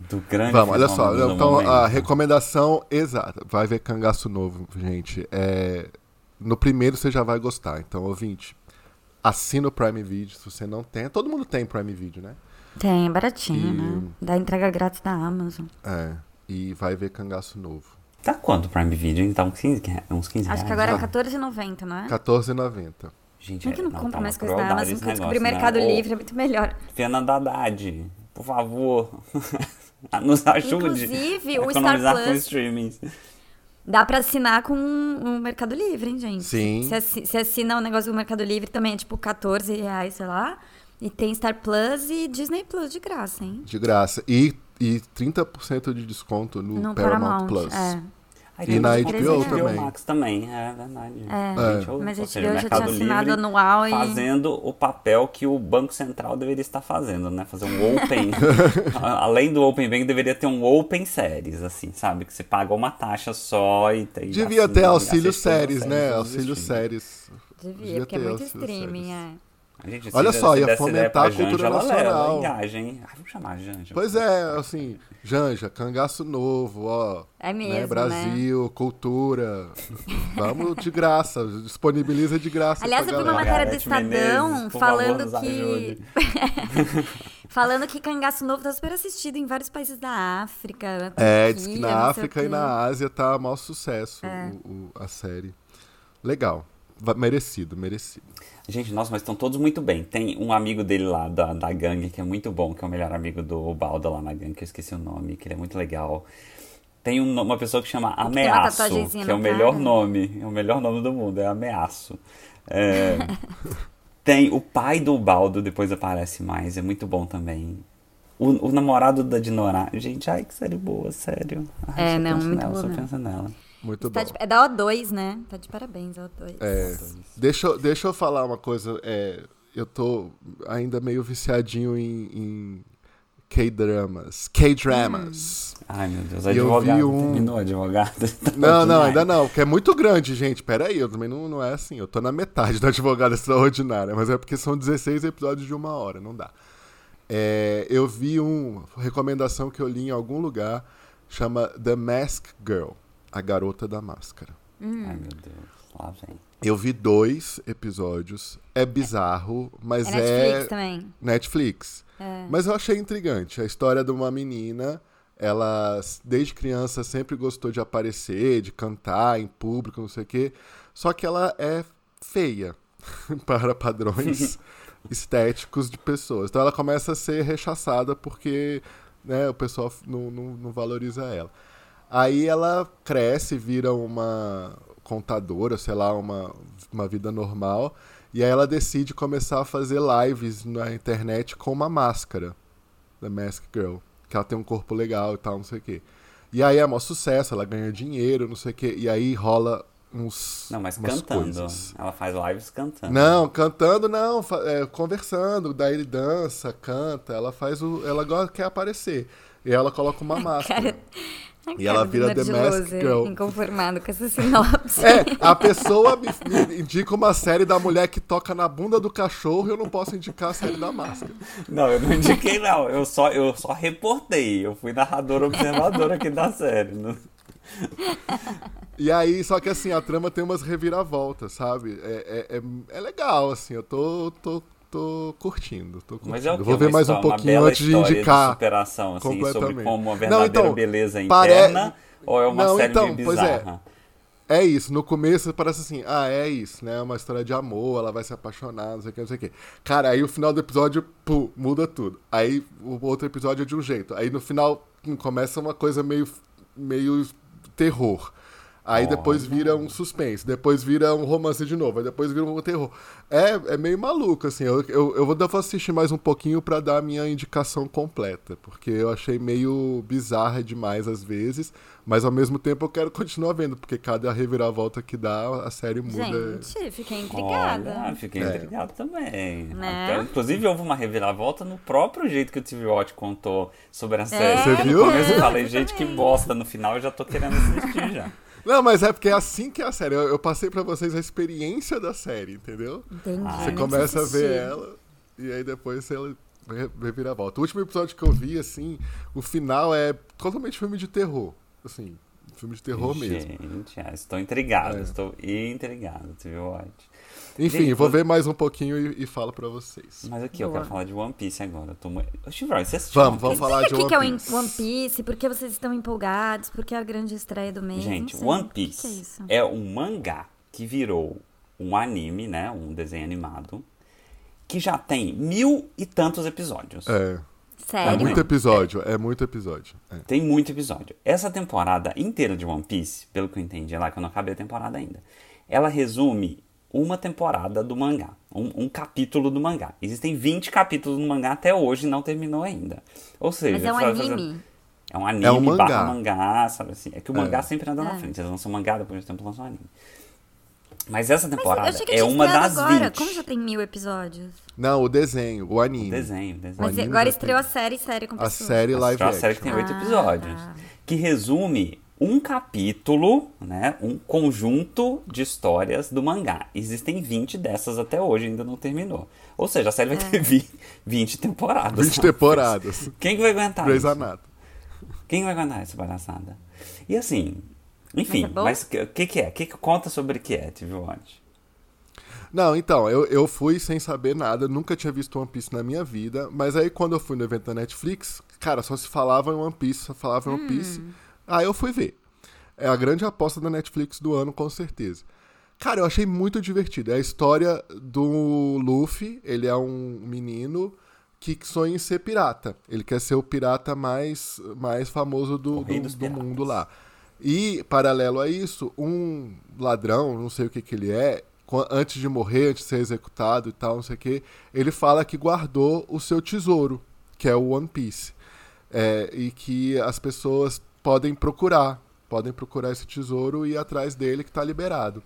Speaker 3: do grande
Speaker 1: Vamos, olha só.
Speaker 3: fenômeno do
Speaker 1: Então,
Speaker 3: momento?
Speaker 1: a recomendação exata. Vai ver Cangaço Novo, gente. É, no primeiro você já vai gostar. Então, ouvinte, assina o Prime Video se você não tem. Todo mundo tem Prime Video, né?
Speaker 2: Tem, é baratinho, né? Dá entrega grátis da Amazon.
Speaker 1: É. E vai ver Cangaço Novo.
Speaker 3: Tá quanto o Prime Video? Então, 15, re- uns 15
Speaker 2: Acho que
Speaker 3: reais?
Speaker 2: agora
Speaker 3: né?
Speaker 2: é 14,90, não é?
Speaker 1: 14,90.
Speaker 3: Gente,
Speaker 2: Por que não
Speaker 3: tá
Speaker 2: compra
Speaker 3: uma
Speaker 2: mais coisa da
Speaker 3: crueldade
Speaker 2: Amazon?
Speaker 3: esse
Speaker 2: Porque eu descobri
Speaker 3: negócio,
Speaker 2: o
Speaker 3: né?
Speaker 2: Mercado
Speaker 3: Ô,
Speaker 2: Livre, é muito melhor.
Speaker 3: Fernanda Haddad, por favor, nos ajude
Speaker 2: Inclusive,
Speaker 3: a
Speaker 2: o Star
Speaker 3: economizar com
Speaker 2: Plus-
Speaker 3: streamings.
Speaker 2: Dá pra assinar com o Mercado Livre, hein, gente?
Speaker 1: Sim.
Speaker 2: Se assi- se assina o negócio do Mercado Livre também é tipo 14 reais, sei lá. E tem Star Plus e Disney Plus de graça, hein?
Speaker 1: De graça. E, e 30% de desconto no, Hum, Paramount, Plus.
Speaker 2: É.
Speaker 3: Ai,
Speaker 1: E na
Speaker 3: tem
Speaker 1: HBO
Speaker 3: desconto no
Speaker 1: também.
Speaker 3: Max também, é verdade.
Speaker 2: É.
Speaker 3: Gente, ou-
Speaker 2: Mas
Speaker 3: ou
Speaker 2: a
Speaker 3: seja, o
Speaker 2: HBO já tinha
Speaker 3: Mercado
Speaker 2: assinado
Speaker 3: Livre
Speaker 2: anual e.
Speaker 3: Fazendo o papel que o Banco Central deveria estar fazendo, né? Fazer um open. A- Além do open bank, deveria ter um open séries, assim, sabe? Que você paga uma taxa só e tem.
Speaker 1: Devia
Speaker 3: assina-
Speaker 1: ter auxílio
Speaker 3: assiste todas as
Speaker 1: Assim, séries, né?
Speaker 3: todos os
Speaker 1: Auxílio
Speaker 3: streamings.
Speaker 1: séries.
Speaker 2: Devia, porque é
Speaker 1: ter
Speaker 2: muito
Speaker 1: auxílio
Speaker 2: streaming,
Speaker 1: séries.
Speaker 2: é.
Speaker 3: Gente,
Speaker 1: Olha
Speaker 3: se
Speaker 1: só,
Speaker 3: der-
Speaker 1: ia
Speaker 3: se desse ideia pra
Speaker 1: fomentar a cultura
Speaker 3: ela leva,
Speaker 1: nacional.
Speaker 3: engaja, hein? Ai, vamos chamar a Janja.
Speaker 1: Pois é, assim, Janja, cangaço novo, ó.
Speaker 2: É mesmo, né?
Speaker 1: Brasil, cultura. Vamos de graça, disponibiliza de graça.
Speaker 2: Aliás,
Speaker 1: pra
Speaker 2: eu vi uma
Speaker 1: galera.
Speaker 2: matéria do
Speaker 3: Gareth
Speaker 2: Estadão
Speaker 3: Menezes, por
Speaker 2: falando
Speaker 3: favor, nos
Speaker 2: que. falando que cangaço novo tá super assistido em vários países da África. na
Speaker 1: É,
Speaker 2: Turquia,
Speaker 1: diz que
Speaker 2: não sei
Speaker 1: na
Speaker 2: o
Speaker 1: África e
Speaker 2: quê. É.
Speaker 1: na Ásia tá mau sucesso o- o- a série. Legal. Va- Merecido, merecido.
Speaker 3: Gente, nossa, mas estão todos muito bem. Tem um amigo dele lá, da, da gangue, que é muito bom, que é o melhor amigo do Balda lá na gangue, que eu esqueci o nome, que ele é muito legal. Tem um- uma pessoa que chama
Speaker 2: que tem uma
Speaker 3: Ameaço,
Speaker 2: tatuagenzinha
Speaker 3: que é o
Speaker 2: no
Speaker 3: melhor
Speaker 2: cara.
Speaker 3: nome, é o melhor nome do mundo, é Ameaço. É, tem o pai do Baldo, depois aparece mais, é muito bom também. O, o namorado da Dinorá. Gente, ai, que série boa, sério. Ai,
Speaker 2: É,
Speaker 3: só
Speaker 2: não,
Speaker 3: penso
Speaker 2: muito
Speaker 3: nela,
Speaker 2: boa
Speaker 3: Só
Speaker 2: mesmo.
Speaker 3: penso nela.
Speaker 1: Muito
Speaker 2: Tá
Speaker 1: bom.
Speaker 2: de- é da O2, né? Tá de parabéns, O2.
Speaker 1: É, deixa, eu- deixa eu falar uma coisa. é, eu tô ainda meio viciadinho em, em K-dramas. K-dramas.
Speaker 3: Ai, meu Deus,
Speaker 1: E eu
Speaker 3: advogado.
Speaker 1: vi um-
Speaker 3: Terminou advogado. Tá
Speaker 1: Não, não, ainda não, porque é muito grande, gente. Pera aí, eu também não, não é assim. Eu tô na metade da advogada extraordinária, mas é porque são 16 episódios de uma hora, não dá. É, eu vi uma recomendação que eu li em algum lugar, chama The Mask Girl, a garota da máscara.
Speaker 3: Ai,
Speaker 1: Hum.
Speaker 3: meu Deus, lá vem.
Speaker 1: Eu vi dois episódios, é bizarro, mas
Speaker 2: É
Speaker 1: é,
Speaker 2: Netflix também.
Speaker 1: Netflix.
Speaker 2: É.
Speaker 1: Mas eu achei intrigante. A história de uma menina, ela desde criança sempre gostou de aparecer, de cantar em público, não sei o quê. Só que ela é feia para padrões estéticos de pessoas. Então ela começa a ser rechaçada porque né, o pessoal não, não, não valoriza ela. Aí ela cresce, vira uma contadora, sei lá, uma, uma vida normal. E aí ela decide começar a fazer lives na internet com uma máscara. The Mask Girl. Que ela tem um corpo legal e tal, não sei o quê. E aí é maior sucesso, ela ganha dinheiro, não sei o quê. E aí rola uns.
Speaker 3: Não, mas
Speaker 1: umas
Speaker 3: cantando.
Speaker 1: coisas.
Speaker 3: Ela faz lives cantando.
Speaker 1: Não, cantando não, fa- é, conversando. Daí ele dança, canta, ela faz o. Ela gosta, quer aparecer. E ela coloca uma máscara.
Speaker 2: Cara, a
Speaker 1: E ela
Speaker 2: cara do
Speaker 1: vira The
Speaker 2: Nerdloser,
Speaker 1: Masked Girl.
Speaker 2: Inconformado com essa sinopse.
Speaker 1: É, a pessoa me, me indica uma série da mulher que toca na bunda do cachorro e eu não posso indicar a série da máscara.
Speaker 3: Não, eu não indiquei, não. Eu só, eu só reportei. Eu fui narradora observadora aqui da série. Não-
Speaker 1: E aí, só que assim, a trama tem umas reviravoltas, sabe? É, é, é- é legal, assim, eu tô, tô, tô curtindo, tô curtindo.
Speaker 3: Mas é o que?
Speaker 1: Vou ver mais um pouquinho antes de
Speaker 3: De
Speaker 1: indicar.
Speaker 3: superação, assim,
Speaker 1: completamente.
Speaker 3: sobre como a
Speaker 1: Não,
Speaker 3: verdadeira
Speaker 1: então,
Speaker 3: beleza
Speaker 1: pare-
Speaker 3: interna ou é uma
Speaker 1: Não,
Speaker 3: série
Speaker 1: então,
Speaker 3: meio
Speaker 1: pois é.
Speaker 3: bizarra?
Speaker 1: É isso, no começo parece assim, ah, é isso, né? É uma história de amor, ela vai se apaixonar, não sei o que, não sei o que. Cara, aí o final do episódio, pô, muda tudo. Aí o outro episódio é de um jeito. Aí no final hum, começa uma coisa meio, meio terror. Aí depois vira um suspense, depois vira um romance de novo, aí depois vira um terror. É, é meio maluco, assim. Eu, eu, eu vou eu vou assistir mais um pouquinho pra dar a minha indicação completa, porque eu achei meio bizarra demais às vezes, mas ao mesmo tempo eu quero continuar vendo, porque cada reviravolta que dá, a série muda.
Speaker 2: Gente, fiquei
Speaker 3: Olha,
Speaker 2: intrigada.
Speaker 3: fiquei
Speaker 1: É.
Speaker 3: intrigado também.
Speaker 2: Né?
Speaker 3: Até, inclusive, houve uma reviravolta no próprio jeito que o TV Watch contou
Speaker 2: É.
Speaker 3: sobre a série.
Speaker 1: Você viu?
Speaker 3: No começo eu falei,
Speaker 2: Eu
Speaker 3: gente, que
Speaker 2: também.
Speaker 3: bosta. No final eu já tô querendo assistir já.
Speaker 1: Não, mas é porque é assim que é a série. Eu, eu passei pra vocês a experiência da série, entendeu?
Speaker 2: Entendi.
Speaker 3: Ah,
Speaker 1: Você
Speaker 2: nem
Speaker 1: começa a
Speaker 2: assisti.
Speaker 1: ver ela e aí depois ela re- revira a volta. O último episódio que eu vi, assim, o final é totalmente filme de terror. Assim, filme de terror mesmo.
Speaker 3: Gente, ah, estou intrigado.
Speaker 1: É.
Speaker 3: Estou intrigado, TV Watch.
Speaker 1: Enfim,
Speaker 3: Gente,
Speaker 1: vou
Speaker 3: você-
Speaker 1: ver mais um pouquinho e, e falo pra vocês.
Speaker 3: Mas aqui, eu
Speaker 2: Boa.
Speaker 3: quero falar de One Piece agora. Eu tô... mu- Ô, Chivroy, você assistiu
Speaker 1: Vamos,
Speaker 3: One
Speaker 1: vamos
Speaker 3: Piece?
Speaker 1: falar de
Speaker 2: Explica o
Speaker 1: One
Speaker 2: que,
Speaker 1: Piece.
Speaker 2: que é o In- One Piece? Por que vocês estão empolgados? Por que é a grande estreia do mês?
Speaker 3: Gente,
Speaker 2: Não sei.
Speaker 3: One
Speaker 2: O que
Speaker 3: Piece
Speaker 2: que é isso?
Speaker 3: é, um mangá que virou um anime, né? Um desenho animado, que já tem mil e tantos episódios.
Speaker 1: É, é
Speaker 2: Sério?
Speaker 1: muito episódio, é muito episódio. é.
Speaker 3: Tem muito episódio. Essa temporada inteira de One Piece, pelo que eu entendi lá, que eu não acabei a temporada ainda, ela resume uma temporada do mangá, um, um capítulo do mangá. Existem 20 capítulos no mangá até hoje e não terminou ainda. Ou seja,
Speaker 2: Mas é um
Speaker 3: você vai fazer-
Speaker 2: anime?
Speaker 3: É um anime
Speaker 1: É um mangá.
Speaker 3: barra mangá, sabe assim? É que o mangá sempre anda na
Speaker 2: É.
Speaker 3: frente. Eles lançam mangá, depois de tempo lançam anime. Mas essa
Speaker 2: Mas
Speaker 3: temporada
Speaker 2: eu achei que
Speaker 3: é
Speaker 2: tinha
Speaker 3: uma
Speaker 2: estreado
Speaker 3: das
Speaker 2: agora.
Speaker 3: 20.
Speaker 2: Como já tem mil episódios?
Speaker 1: Não, o desenho, o anime.
Speaker 3: Desenho, desenho.
Speaker 2: Mas
Speaker 1: Um
Speaker 2: é
Speaker 1: anime
Speaker 2: agora
Speaker 1: já
Speaker 2: estreou a
Speaker 1: tem.
Speaker 2: série, série com
Speaker 1: A
Speaker 2: pessoas.
Speaker 1: série é live
Speaker 3: Astral, a série que
Speaker 1: action.
Speaker 3: tem oito
Speaker 2: Ah,
Speaker 3: episódios.
Speaker 2: tá.
Speaker 3: Que resume um capítulo, né? Um conjunto de histórias do mangá. Existem 20 dessas até hoje, ainda não terminou. Ou seja, a série vai ter 20, 20 temporadas.
Speaker 1: 20 É. temporadas.
Speaker 3: Quem que vai aguentar
Speaker 1: Grey's
Speaker 3: isso?
Speaker 1: Anatomy.
Speaker 3: Quem vai aguentar essa palhaçada? E assim,
Speaker 2: Mas é
Speaker 3: enfim,
Speaker 2: bom?
Speaker 3: mas o que, que é? Que, que conta sobre o que é, TV Watch?
Speaker 1: Não, então, eu, eu fui sem saber nada, nunca tinha visto One Piece na minha vida, mas aí quando eu fui no evento da Netflix, cara, só se falava em One Piece, só falava em One Piece. Aí eu fui ver. É a grande aposta da Netflix do ano, com certeza. Cara, eu achei muito divertido. É a história do Luffy, ele é um menino que sonha em ser pirata. Ele quer ser o pirata mais, mais famoso do,
Speaker 3: O rei
Speaker 1: do-
Speaker 3: dos
Speaker 1: do mundo
Speaker 3: piratas.
Speaker 1: lá. E, paralelo a isso, um ladrão, não sei o que, que ele é, co- antes de morrer, antes de ser executado e tal, não sei o que, ele fala que guardou o seu tesouro, que é o One Piece. É, e que as pessoas podem procurar, podem procurar esse tesouro e ir atrás dele que está liberado.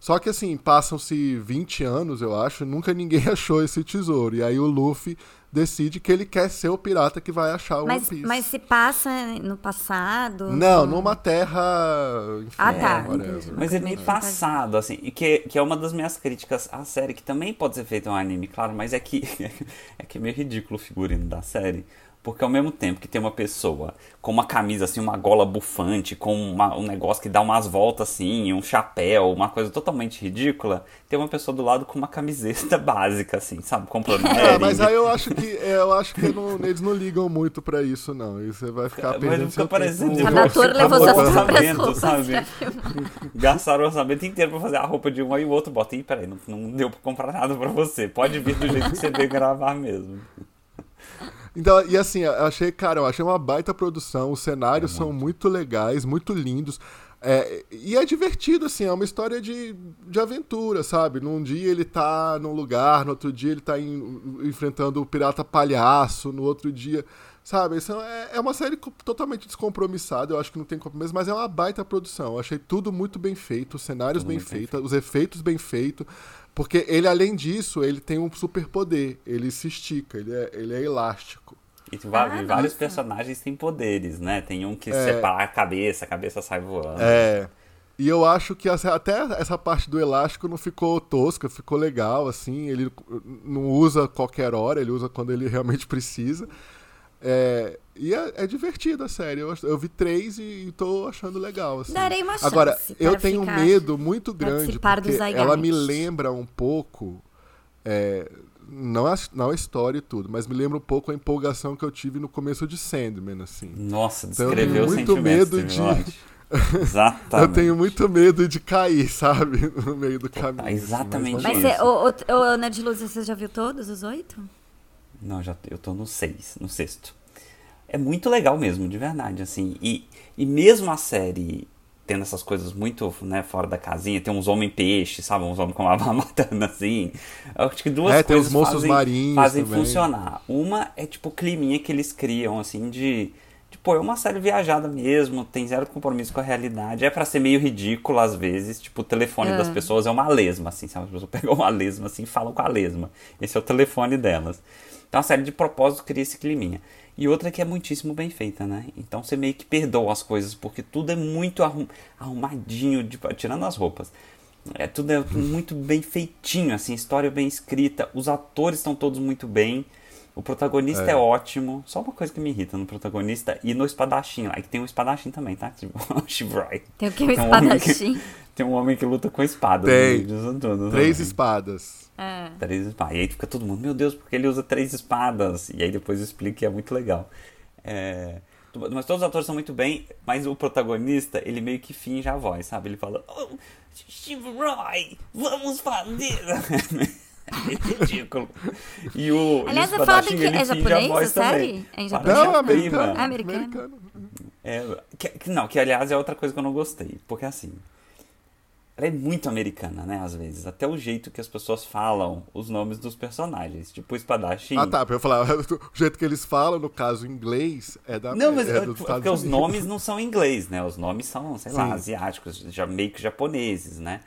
Speaker 1: Só que assim, passam-se 20 anos, eu acho, nunca ninguém achou esse tesouro. E aí o Luffy decide que ele quer ser o pirata que vai achar o
Speaker 2: mas,
Speaker 1: One Piece.
Speaker 2: mas se passa no passado.
Speaker 1: Não, numa terra. Enfim,
Speaker 2: Ah, tá.
Speaker 1: whatever.
Speaker 3: Mas ele
Speaker 2: Também
Speaker 3: meio
Speaker 2: tem
Speaker 3: passado, assim, e que, que é uma das minhas críticas à série, que também pode ser feita em um anime, claro, mas é que, é que é meio ridículo o figurino da série. Porque ao mesmo tempo que tem uma pessoa com uma camisa, assim, uma gola bufante, com uma- um negócio que dá umas voltas assim, um chapéu, uma coisa totalmente ridícula, tem uma pessoa do lado com uma camiseta básica, assim, sabe? Comprando
Speaker 1: Ah, mas aí eu acho que é, eu acho que não- eles não ligam muito pra isso, não. E você vai ficar
Speaker 3: Mas
Speaker 1: perdendo
Speaker 3: não
Speaker 1: seu
Speaker 3: fica
Speaker 1: tempo.
Speaker 3: parecendo.
Speaker 2: Cada ator levou
Speaker 1: suas
Speaker 2: próprias
Speaker 3: tá orçamento,
Speaker 2: roupas né,
Speaker 3: sabe?
Speaker 2: pra
Speaker 3: Gastaram o orçamento inteiro pra fazer a roupa de um e o outro bota. Ih, peraí, não, não deu pra comprar nada pra você. Pode vir do jeito que você veio gravar mesmo.
Speaker 1: Então, e assim, eu achei, cara, eu achei uma baita produção, os cenários são muito legais, muito lindos. É, e é divertido, assim, é uma história de, de aventura, sabe? Num dia ele tá num lugar, no outro dia ele tá em- enfrentando o pirata palhaço, no outro dia. Sabe? Isso é, é uma série co- totalmente descompromissada, eu acho que não tem compromisso, mas é uma baita produção. Eu achei tudo muito bem feito, os cenários bem
Speaker 3: muito bem
Speaker 1: feitos, os efeitos bem feitos. Porque ele, além disso, ele tem um superpoder. Ele se estica, ele é, ele é elástico.
Speaker 3: E tu vai
Speaker 2: Ah,
Speaker 3: ver vários
Speaker 2: nossa.
Speaker 3: personagens têm poderes, né? Tem um que separa a cabeça, a cabeça sai voando.
Speaker 1: É. E eu acho que essa- até essa parte do elástico não ficou tosca, ficou legal, assim. Ele não usa qualquer hora, ele usa quando ele realmente precisa. É, e é, é divertido a série. Eu, ach- eu vi três e, e tô achando legal, assim.
Speaker 2: Darei uma chance.
Speaker 1: Agora, eu
Speaker 2: para
Speaker 1: tenho um
Speaker 2: ficar-
Speaker 1: medo muito grande,
Speaker 2: participar
Speaker 1: porque
Speaker 2: dos Zygarde.
Speaker 1: ela me lembra um pouco, é, não, a, não a história e tudo, mas me lembra um pouco a empolgação que eu tive no começo de Sandman, assim.
Speaker 3: Nossa,
Speaker 1: Então eu
Speaker 3: descreveu
Speaker 1: tenho
Speaker 3: o
Speaker 1: muito
Speaker 3: sentimento
Speaker 1: medo de-
Speaker 3: Exatamente.
Speaker 1: Eu tenho muito medo de cair, sabe? No meio do caminho. assim,
Speaker 3: tá exatamente
Speaker 1: mas
Speaker 2: Mas
Speaker 1: vamos
Speaker 2: você,
Speaker 3: Isso. né?
Speaker 2: ô, ô, ô, Nerd Luz, você já viu todos os oito?
Speaker 3: Não, já, eu tô no 6, no sexto. É muito legal mesmo, de verdade, assim. E, e mesmo a série tendo essas coisas muito, né, fora da casinha, tem uns homem-peixe, sabe? Uns homens com uma matando, assim. Eu acho que duas
Speaker 1: É, tem
Speaker 3: coisas
Speaker 1: os monstros
Speaker 3: fazem,
Speaker 1: marinhos
Speaker 3: fazem
Speaker 1: também.
Speaker 3: funcionar. Uma é, tipo, o climinha que eles criam, assim, de... de, Pô, é uma série viajada mesmo, tem zero compromisso com a realidade. É pra ser meio ridículo às vezes. Tipo, o telefone das pessoas é uma lesma, assim. Sabe? As pessoas pegam uma lesma, assim, e falam com a lesma. Esse é o telefone delas. Então, a série de propósito cria esse climinha. E outra que é muitíssimo bem feita, né? Então, você meio que perdoa as coisas, porque tudo é muito arrum- arrumadinho, de- tirando as roupas. É, tudo é muito bem feitinho, assim, história bem escrita, os atores estão todos muito bem, o protagonista é. ótimo. Só uma coisa que me irrita no protagonista e no espadachim lá, que tem um espadachim também, tá? Tipo, o Shivrai.
Speaker 2: Tem o que? O
Speaker 3: Tem um homem que-
Speaker 2: espadachim.
Speaker 3: Tem um homem que luta com espada.
Speaker 1: Tem.
Speaker 3: né? Diz tudo, né?
Speaker 1: Três espadas.
Speaker 2: É.
Speaker 3: Três espadas. E aí fica todo mundo, meu Deus, porque ele usa três espadas. E aí depois explica que é muito legal. É, tu- Mas todos os atores são muito bem, mas o protagonista, ele meio que finge a voz, sabe? Ele fala, oh, Shivroy, vamos fazer... É ridículo. E o.
Speaker 2: Aliás,
Speaker 3: e o
Speaker 2: é foda
Speaker 3: espadachim,
Speaker 2: que
Speaker 3: ele
Speaker 2: é
Speaker 3: finge
Speaker 2: japonês
Speaker 3: voz
Speaker 2: a série?
Speaker 3: também.
Speaker 2: É em
Speaker 3: Parece
Speaker 2: japonês?
Speaker 1: Não,
Speaker 3: a
Speaker 1: americano.
Speaker 3: prima.
Speaker 2: Americano.
Speaker 3: É, que- que- não, que aliás é outra coisa que eu não gostei. Porque assim. Ela é muito americana, né? Às vezes. Até o jeito que as pessoas falam os nomes dos personagens. Tipo o espadachim.
Speaker 1: Ah, tá. Pra eu falar, o jeito que eles falam, no caso, em inglês, é da
Speaker 3: Não, mas
Speaker 1: é
Speaker 3: é
Speaker 1: dos Estados
Speaker 3: porque os
Speaker 1: Unidos.
Speaker 3: nomes não são em inglês, né? Os nomes são, sei lá,
Speaker 1: Sim.
Speaker 3: asiáticos, já meio que japoneses, né?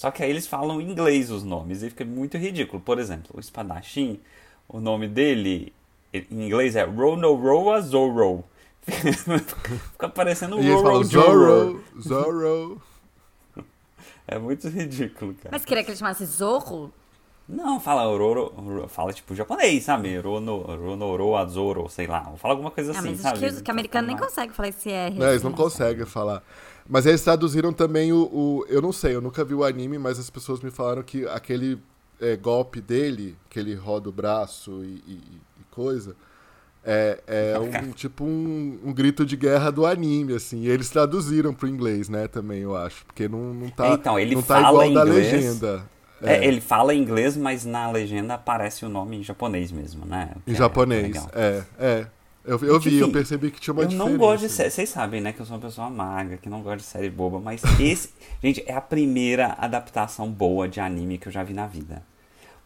Speaker 3: Só que aí eles falam em inglês os nomes e fica muito ridículo. Por exemplo, o espadachim, o nome dele em inglês é Ronoroa Zorro. fica parecendo
Speaker 1: E eles falam
Speaker 3: Roro Zorro.
Speaker 1: Zorro, Zorro.
Speaker 3: É muito ridículo, cara.
Speaker 2: Mas queria que ele chamasse Zorro?
Speaker 3: Não, fala Ororo, Oro- fala tipo japonês, sabe? Rono, Ronoro Azoro, sei lá. Fala alguma coisa
Speaker 2: Ah,
Speaker 3: assim,
Speaker 2: mas acho
Speaker 3: sabe?
Speaker 2: que, os- que o americano nem
Speaker 3: Fala-
Speaker 2: consegue falar esse R.
Speaker 1: Não, É, Né, eles
Speaker 2: assim.
Speaker 1: não conseguem falar. Mas eles traduziram também o, o- Eu não sei, eu nunca vi o anime, mas as pessoas me falaram que aquele é, golpe dele, que ele roda o braço e, e- e coisa, é, é um tipo um, um grito de guerra do anime, assim. E eles traduziram pro inglês, né, também, eu acho. Porque não, não tá,
Speaker 3: É, então, ele
Speaker 1: não tá
Speaker 3: fala
Speaker 1: igual da
Speaker 3: inglês.
Speaker 1: legenda.
Speaker 3: É, ele fala inglês, mas na legenda aparece o nome em japonês mesmo, né? O que
Speaker 1: Em
Speaker 3: é
Speaker 1: japonês.
Speaker 3: legal.
Speaker 1: É, é. Eu, eu vi, eu
Speaker 3: Enfim,
Speaker 1: percebi que tinha uma
Speaker 3: Eu
Speaker 1: diferença.
Speaker 3: não gosto de série. Vocês sabem, né, que eu sou uma pessoa magra, que não gosta de série boba, mas esse, gente, é a primeira adaptação boa de anime que eu já vi na vida.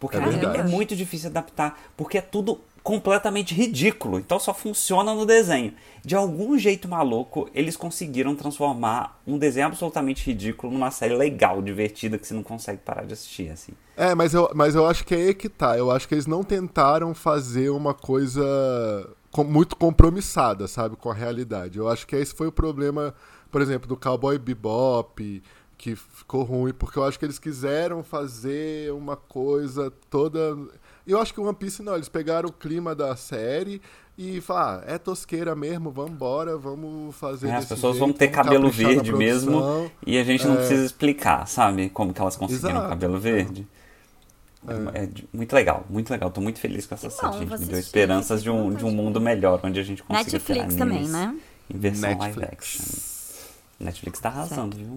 Speaker 3: Porque
Speaker 1: É
Speaker 3: anime é
Speaker 1: verdade.
Speaker 3: muito difícil adaptar, porque é tudo completamente ridículo. Então só funciona no desenho. De algum jeito maluco, eles conseguiram transformar um desenho absolutamente ridículo numa série legal, divertida, que você não consegue parar de assistir, assim.
Speaker 1: É, mas eu, mas eu acho que é aí que tá. Eu acho que eles não tentaram fazer uma coisa com- muito compromissada, sabe, com a realidade. Eu acho que esse foi o problema, por exemplo, do Cowboy Bebop, que ficou ruim, porque eu acho que eles quiseram fazer uma coisa toda. Eu acho que o One Piece não, eles pegaram o clima da série e falaram, ah, é tosqueira mesmo, vambora, vamos fazer.
Speaker 3: Né? As
Speaker 1: desse
Speaker 3: pessoas
Speaker 1: jeito,
Speaker 3: vão ter
Speaker 1: vamos
Speaker 3: cabelo
Speaker 1: caprichar na
Speaker 3: verde mesmo
Speaker 1: produção." É.
Speaker 3: e a gente não precisa explicar, sabe? Como que elas conseguiram
Speaker 1: Exato,
Speaker 3: cabelo verde. É. de- muito legal, muito legal. Tô muito feliz com essa
Speaker 2: Que
Speaker 3: série,
Speaker 2: bom,
Speaker 3: gente. Me
Speaker 2: vou
Speaker 3: deu
Speaker 2: assistir,
Speaker 3: esperanças de
Speaker 2: fiquei com
Speaker 3: um,
Speaker 2: vontade
Speaker 3: de um
Speaker 2: de ver.
Speaker 3: mundo melhor, onde a gente consiga ter
Speaker 2: Netflix também,
Speaker 3: animes
Speaker 2: né?
Speaker 3: em versão live
Speaker 1: Netflix.
Speaker 3: action. Netflix tá arrasando, viu?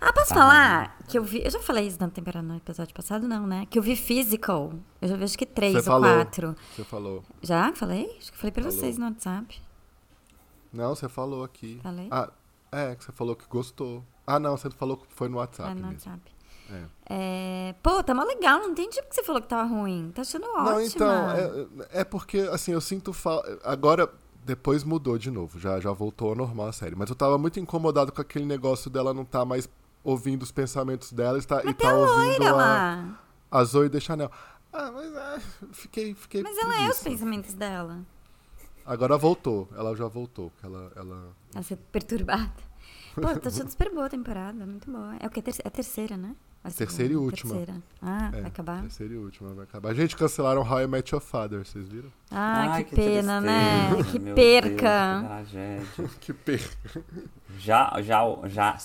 Speaker 2: Ah, posso
Speaker 3: Tá.
Speaker 2: falar que eu vi. Eu já falei isso na temporada no episódio passado, não, né? Que eu vi Physical. Eu já vi acho que três
Speaker 1: Você
Speaker 2: ou
Speaker 1: falou.
Speaker 2: quatro.
Speaker 1: Você falou.
Speaker 2: Já falei? Acho que falei pra
Speaker 1: Falou.
Speaker 2: vocês no WhatsApp.
Speaker 1: Não, você falou aqui.
Speaker 2: Falei?
Speaker 1: Ah, é, que você falou que gostou. Ah, não, você falou que foi no WhatsApp
Speaker 2: Ah, no
Speaker 1: mesmo.
Speaker 2: WhatsApp. É, pô, tá mó legal, não entendi porque você falou que tava ruim. Tá achando ótimo.
Speaker 1: Não, então, é, é porque, assim, eu sinto falta. Agora, depois mudou de novo, já, já voltou ao normal a série. Mas eu tava muito incomodado com aquele negócio dela não tá mais ouvindo os pensamentos dela e tá, e
Speaker 2: Mas
Speaker 1: tá
Speaker 2: é
Speaker 1: ouvindo
Speaker 2: loira
Speaker 1: a,
Speaker 2: lá.
Speaker 1: a Zoe de Chanel. Ah, mas ah, fiquei. fiquei
Speaker 2: Mas ela é os
Speaker 1: preguiça.
Speaker 2: pensamentos dela.
Speaker 1: Agora voltou, ela já voltou. porque Ela, ela...
Speaker 2: Ela ser Tá perturbada. Pô, tô achando super boa a temporada, muito boa. É o que? É a terceira, né? A
Speaker 1: Terceira e
Speaker 2: segunda,
Speaker 1: última.
Speaker 2: Terceira. Ah,
Speaker 1: É,
Speaker 2: vai acabar?
Speaker 1: Terceira e última, vai acabar. Gente, cancelaram How I Met Your Father, vocês viram?
Speaker 2: Ah,
Speaker 3: Ai,
Speaker 2: que, pena, né?
Speaker 3: tristeza,
Speaker 2: Que
Speaker 3: meu
Speaker 2: perca.
Speaker 3: Deus, que tragédia.
Speaker 1: Que perda.
Speaker 3: Já, já, já,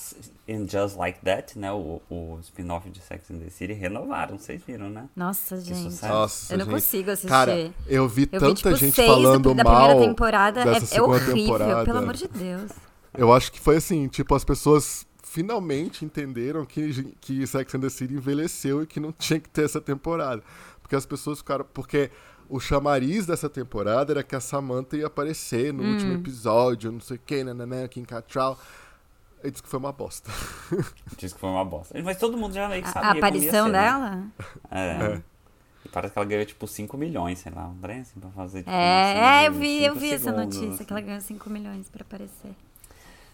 Speaker 3: in Just Like That, né? O, o spin-off de Sex and the City renovaram, vocês viram, né?
Speaker 2: Nossa, gente.
Speaker 3: sucesso.
Speaker 1: Nossa,
Speaker 2: Eu não
Speaker 1: gente.
Speaker 2: consigo assistir.
Speaker 1: Cara, eu vi
Speaker 2: eu
Speaker 1: tanta
Speaker 2: vi, tipo,
Speaker 1: gente
Speaker 2: seis
Speaker 1: falando
Speaker 2: do, da
Speaker 1: mal
Speaker 2: primeira temporada. É-
Speaker 1: dessa
Speaker 2: É,
Speaker 1: segunda
Speaker 2: horrível,
Speaker 1: temporada.
Speaker 2: pelo amor de Deus.
Speaker 1: Eu acho que foi assim, tipo, as pessoas finalmente entenderam que, que Sex and the City envelheceu e que não tinha que ter essa temporada. Porque as pessoas ficaram... Porque o chamariz dessa temporada era que a Samantha ia aparecer
Speaker 2: Hum.
Speaker 1: no último episódio, não sei o que, nananã, Kim Cattrall. Ele disse que foi uma bosta.
Speaker 3: Diz que foi uma bosta. Mas todo mundo já meio que
Speaker 2: A-
Speaker 3: sabia
Speaker 2: A,
Speaker 3: como ia
Speaker 2: aparição
Speaker 3: ser, né?
Speaker 2: dela?
Speaker 3: É. E parece que ela ganhou tipo 5 milhões, sei lá, um trem assim, pra fazer tipo, uma
Speaker 2: É, é,
Speaker 3: cena
Speaker 2: eu
Speaker 3: de
Speaker 2: vi, eu
Speaker 3: cinco
Speaker 2: vi essa
Speaker 3: segundos,
Speaker 2: notícia,
Speaker 3: assim.
Speaker 2: que ela ganhou 5 milhões pra aparecer.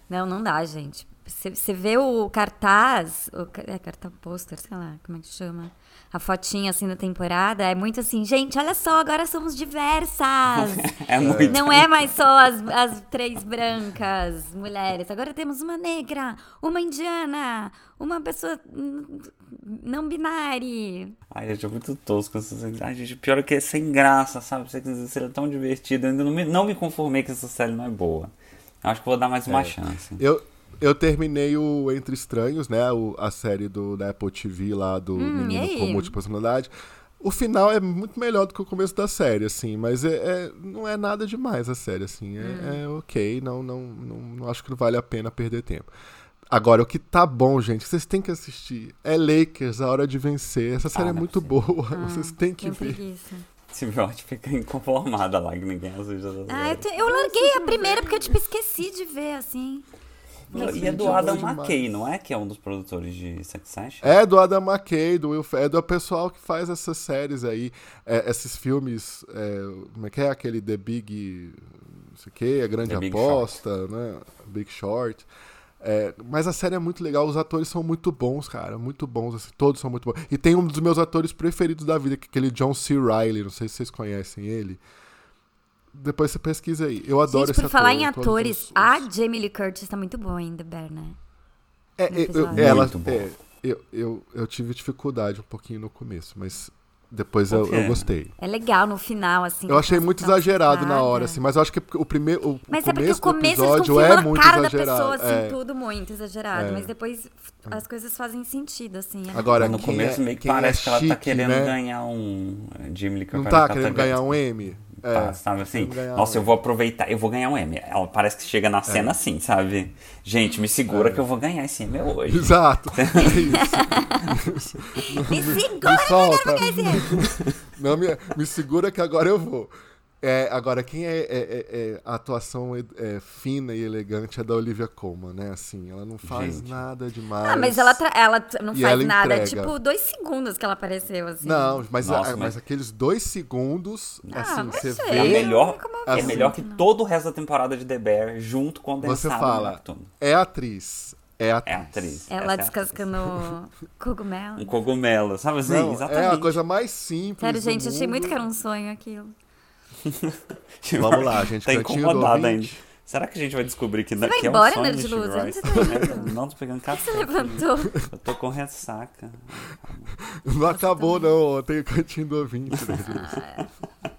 Speaker 2: Não, não dá, gente. Você você vê o cartaz, o, ca- é cartaz pôster, sei lá, como é que chama? A fotinha assim da temporada, é muito assim, gente, olha só, agora somos diversas.
Speaker 3: É muito.
Speaker 2: Não é mais só as, as três brancas mulheres. Agora temos uma negra, uma indiana, uma pessoa hum, não binária.
Speaker 3: Ai, gente, é muito tosco. essas- Ai, gente, pior é que é sem graça, sabe? Você quer dizer, seria tão divertido. Eu ainda não me, não me conformei que essa série não é boa. Eu acho que vou dar mais uma chance.
Speaker 1: Eu, eu terminei o Entre Estranhos, né? o- a série do, da Apple TV lá do
Speaker 2: Hum, e
Speaker 1: Menino
Speaker 2: aí?
Speaker 1: com Múltipla Personalidade. O final é muito melhor do que o começo da série, assim, mas é, é- não é nada demais a série, assim. É,
Speaker 2: Hum.
Speaker 1: é ok, não, não, não, não acho que não vale a pena perder tempo. Agora, o que tá bom, gente, vocês têm que assistir. É Lakers, a hora de vencer. Essa série
Speaker 3: Ah,
Speaker 1: é
Speaker 3: não é
Speaker 1: muito boa, vocês têm que
Speaker 2: Tenho
Speaker 1: ver.
Speaker 2: preguiça.
Speaker 3: Se Biote fica inconformada lá, que ninguém assiste essa série.
Speaker 2: Ah, eu, te- eu larguei a primeira porque eu, tipo, esqueci de ver, assim.
Speaker 3: Não, e
Speaker 1: Gente,
Speaker 2: né?
Speaker 3: é do
Speaker 1: eu
Speaker 3: Adam
Speaker 1: gosto demais.
Speaker 3: McKay, não é? Que é um dos produtores de Succession?
Speaker 1: É do Adam McKay, do Will Fer- é do pessoal que faz essas séries aí, é, esses filmes, é, como é que é aquele The Big, não sei o que, A Grande
Speaker 3: The Big
Speaker 1: Aposta, né, Big Short. É, mas a série é muito legal, os atores são muito bons, cara, muito bons, assim, todos são muito bons. E tem um dos meus atores preferidos da vida, que é aquele John C. Reilly, não sei se vocês conhecem ele. Depois você pesquisa aí. Eu adoro
Speaker 2: Gente,
Speaker 1: esse
Speaker 2: por
Speaker 1: ator,
Speaker 2: falar em
Speaker 1: todos
Speaker 2: atores,
Speaker 1: os-
Speaker 2: a Jamie Lee Curtis tá muito boa em The Bear, né?
Speaker 1: é,
Speaker 2: no
Speaker 1: é, eu,
Speaker 2: episódio.
Speaker 1: ela,
Speaker 3: Muito bom.
Speaker 1: é, eu, eu, eu tive dificuldade um pouquinho no começo, mas depois
Speaker 3: Por
Speaker 1: eu,
Speaker 3: quê?
Speaker 1: eu gostei.
Speaker 2: É legal no final, assim.
Speaker 1: Eu achei
Speaker 2: quando
Speaker 1: muito
Speaker 2: dá uma
Speaker 1: exagerado na
Speaker 2: surtada.
Speaker 1: hora, assim, mas eu acho que o primeiro. O, o
Speaker 2: Mas é porque
Speaker 1: começo
Speaker 2: o começo
Speaker 1: do
Speaker 2: eles
Speaker 1: episódio
Speaker 2: confiam
Speaker 1: é
Speaker 2: na
Speaker 1: muito
Speaker 2: cara
Speaker 1: exagerado.
Speaker 2: da pessoa, assim,
Speaker 1: é.
Speaker 2: tudo muito exagerado.
Speaker 1: É.
Speaker 2: Mas depois f- as coisas fazem sentido, assim. é
Speaker 1: Agora,
Speaker 3: Mas no
Speaker 1: quem
Speaker 3: começo
Speaker 1: é-
Speaker 3: meio que
Speaker 1: quem é
Speaker 3: parece que ela tá
Speaker 1: chique,
Speaker 3: querendo
Speaker 1: né?
Speaker 3: ganhar um. Jimmy Lee
Speaker 1: Não
Speaker 3: Curtis,
Speaker 1: tá
Speaker 3: ela
Speaker 1: querendo ganhar um M? É,
Speaker 3: Tá, sabe assim?
Speaker 1: querendo ganhar
Speaker 3: Nossa,
Speaker 1: um
Speaker 3: eu vou aproveitar, eu vou ganhar um M. Ela parece que chega na cena assim, sabe? Gente, me segura que eu vou ganhar esse M hoje.
Speaker 1: Exato. É isso.
Speaker 2: Me segura,
Speaker 1: Me solta.
Speaker 2: quer dizer.
Speaker 1: Não, me, me segura que agora eu vou. É, agora, quem é, é- é- é a atuação é, fina e elegante é da Olivia Colman, né? Assim, ela não faz
Speaker 3: Gente.
Speaker 1: nada demais.
Speaker 2: Ah, mas ela, tra- ela t- não
Speaker 1: E
Speaker 2: faz
Speaker 1: ela
Speaker 2: nada. É
Speaker 1: entrega.
Speaker 2: tipo dois segundos que ela apareceu, assim.
Speaker 1: Não, mas,
Speaker 3: Nossa, né?
Speaker 1: ah, mas
Speaker 3: mas-
Speaker 1: aqueles dois segundos, assim,
Speaker 2: mas
Speaker 1: você
Speaker 2: isso
Speaker 1: vê.
Speaker 2: Eu
Speaker 3: É melhor,
Speaker 2: nunca mais
Speaker 3: é
Speaker 1: vi.
Speaker 3: melhor que todo o resto da temporada de The Bear, junto com o
Speaker 1: Você fala, é atriz. É atriz.
Speaker 3: É atriz.
Speaker 2: Ela
Speaker 3: Essa é a atriz.
Speaker 2: descascando cogumelo.
Speaker 3: Um cogumelo, sabe assim?
Speaker 1: Não,
Speaker 3: Exatamente.
Speaker 1: é a coisa mais simples.
Speaker 2: Sério,
Speaker 1: do
Speaker 2: gente, achei
Speaker 1: mundo.
Speaker 2: muito que era um sonho aquilo.
Speaker 1: Vamos lá, gente,
Speaker 3: tá
Speaker 1: cantinho do
Speaker 3: incomodada ainda.
Speaker 1: ouvinte.
Speaker 3: Será que a gente vai descobrir que,
Speaker 2: vai
Speaker 3: que é
Speaker 2: embora,
Speaker 3: um sonho
Speaker 2: Nerd
Speaker 3: do Steve
Speaker 2: Loser? Onde
Speaker 3: Rice?
Speaker 2: você tá indo?
Speaker 3: Não, tô pegando café.
Speaker 2: Você levantou.
Speaker 3: Eu tô com ressaca.
Speaker 1: Não acabou, não. Tem o cantinho do ouvinte. né, gente?
Speaker 2: Ah, é.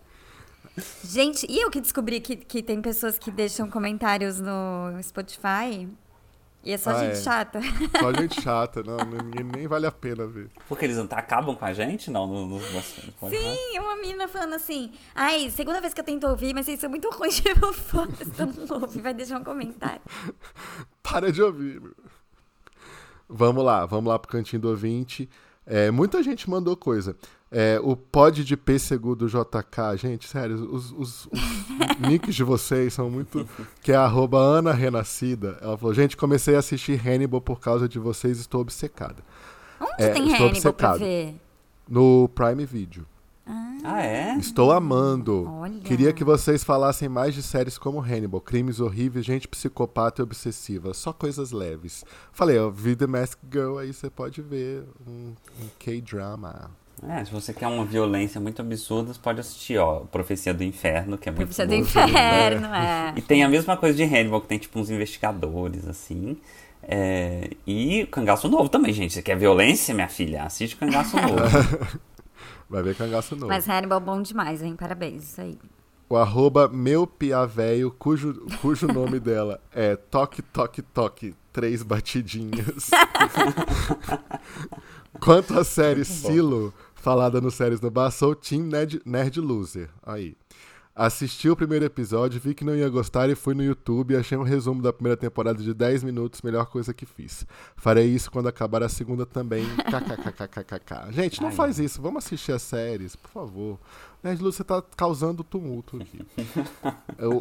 Speaker 2: Gente, e eu que descobri que, que tem pessoas que deixam comentários no Spotify? E é só
Speaker 1: Ah,
Speaker 2: gente
Speaker 1: é.
Speaker 2: chata.
Speaker 1: Só gente chata, não. Ninguém nem vale a pena ver.
Speaker 3: Porque eles não tá- acabam com a gente? Não, no, no, no-
Speaker 2: Sim, uma menina falando assim, ai, segunda vez que eu tento ouvir, mas vocês são muito ruins de meu foda, não ouve, vai deixar um comentário.
Speaker 1: Para de ouvir. meu. Vamos lá, vamos lá pro cantinho do ouvinte. É, muita gente mandou coisa. É, o pod de pêssego do JK, gente, sério, os, os- os nicks de vocês são muito. Que é arroba Ana Renascida. Ela falou: gente, comecei a assistir Hannibal por causa de vocês, estou obcecada.
Speaker 2: Onde
Speaker 1: É,
Speaker 2: tem
Speaker 1: estou
Speaker 2: Hannibal pra
Speaker 1: obcecado.
Speaker 2: ver?
Speaker 1: No Prime Video.
Speaker 3: Ah, é?
Speaker 1: Estou amando.
Speaker 2: Olha.
Speaker 1: Queria que vocês falassem mais de séries como Hannibal, crimes horríveis, gente psicopata e obsessiva, só coisas leves. Falei, ó, vi The Mask Girl, aí você pode ver um, um K-drama.
Speaker 3: É, se você quer uma violência muito absurda, você pode assistir, ó, Profecia do Inferno, que é muito
Speaker 2: Profecia do
Speaker 3: bom.
Speaker 2: Inferno,
Speaker 1: né?
Speaker 2: é.
Speaker 3: E tem a mesma coisa de Hannibal, que tem tipo uns investigadores, assim. É, E Cangaço Novo também, gente. Você quer violência, minha filha? Assiste Cangaço Novo.
Speaker 1: Vai ver cangaço novo.
Speaker 2: Mas Hannibal é bom demais, hein? Parabéns, isso aí.
Speaker 1: O arroba meu piavéio, cujo, cujo nome dela é Toque Toque Toque, três batidinhas. Quanto à série Silo, falada no Séries no Bar, sou Team Nerd, Nerd Loser. Aí. Assisti o primeiro episódio, vi que não ia gostar e fui no YouTube e achei um resumo da primeira temporada de 10 minutos, melhor coisa que fiz. Farei isso quando acabar a segunda também. KKKKKK. Gente, não
Speaker 3: Ai.
Speaker 1: faz isso, vamos assistir as séries, por favor. Nerd Lúcia tá causando tumulto aqui.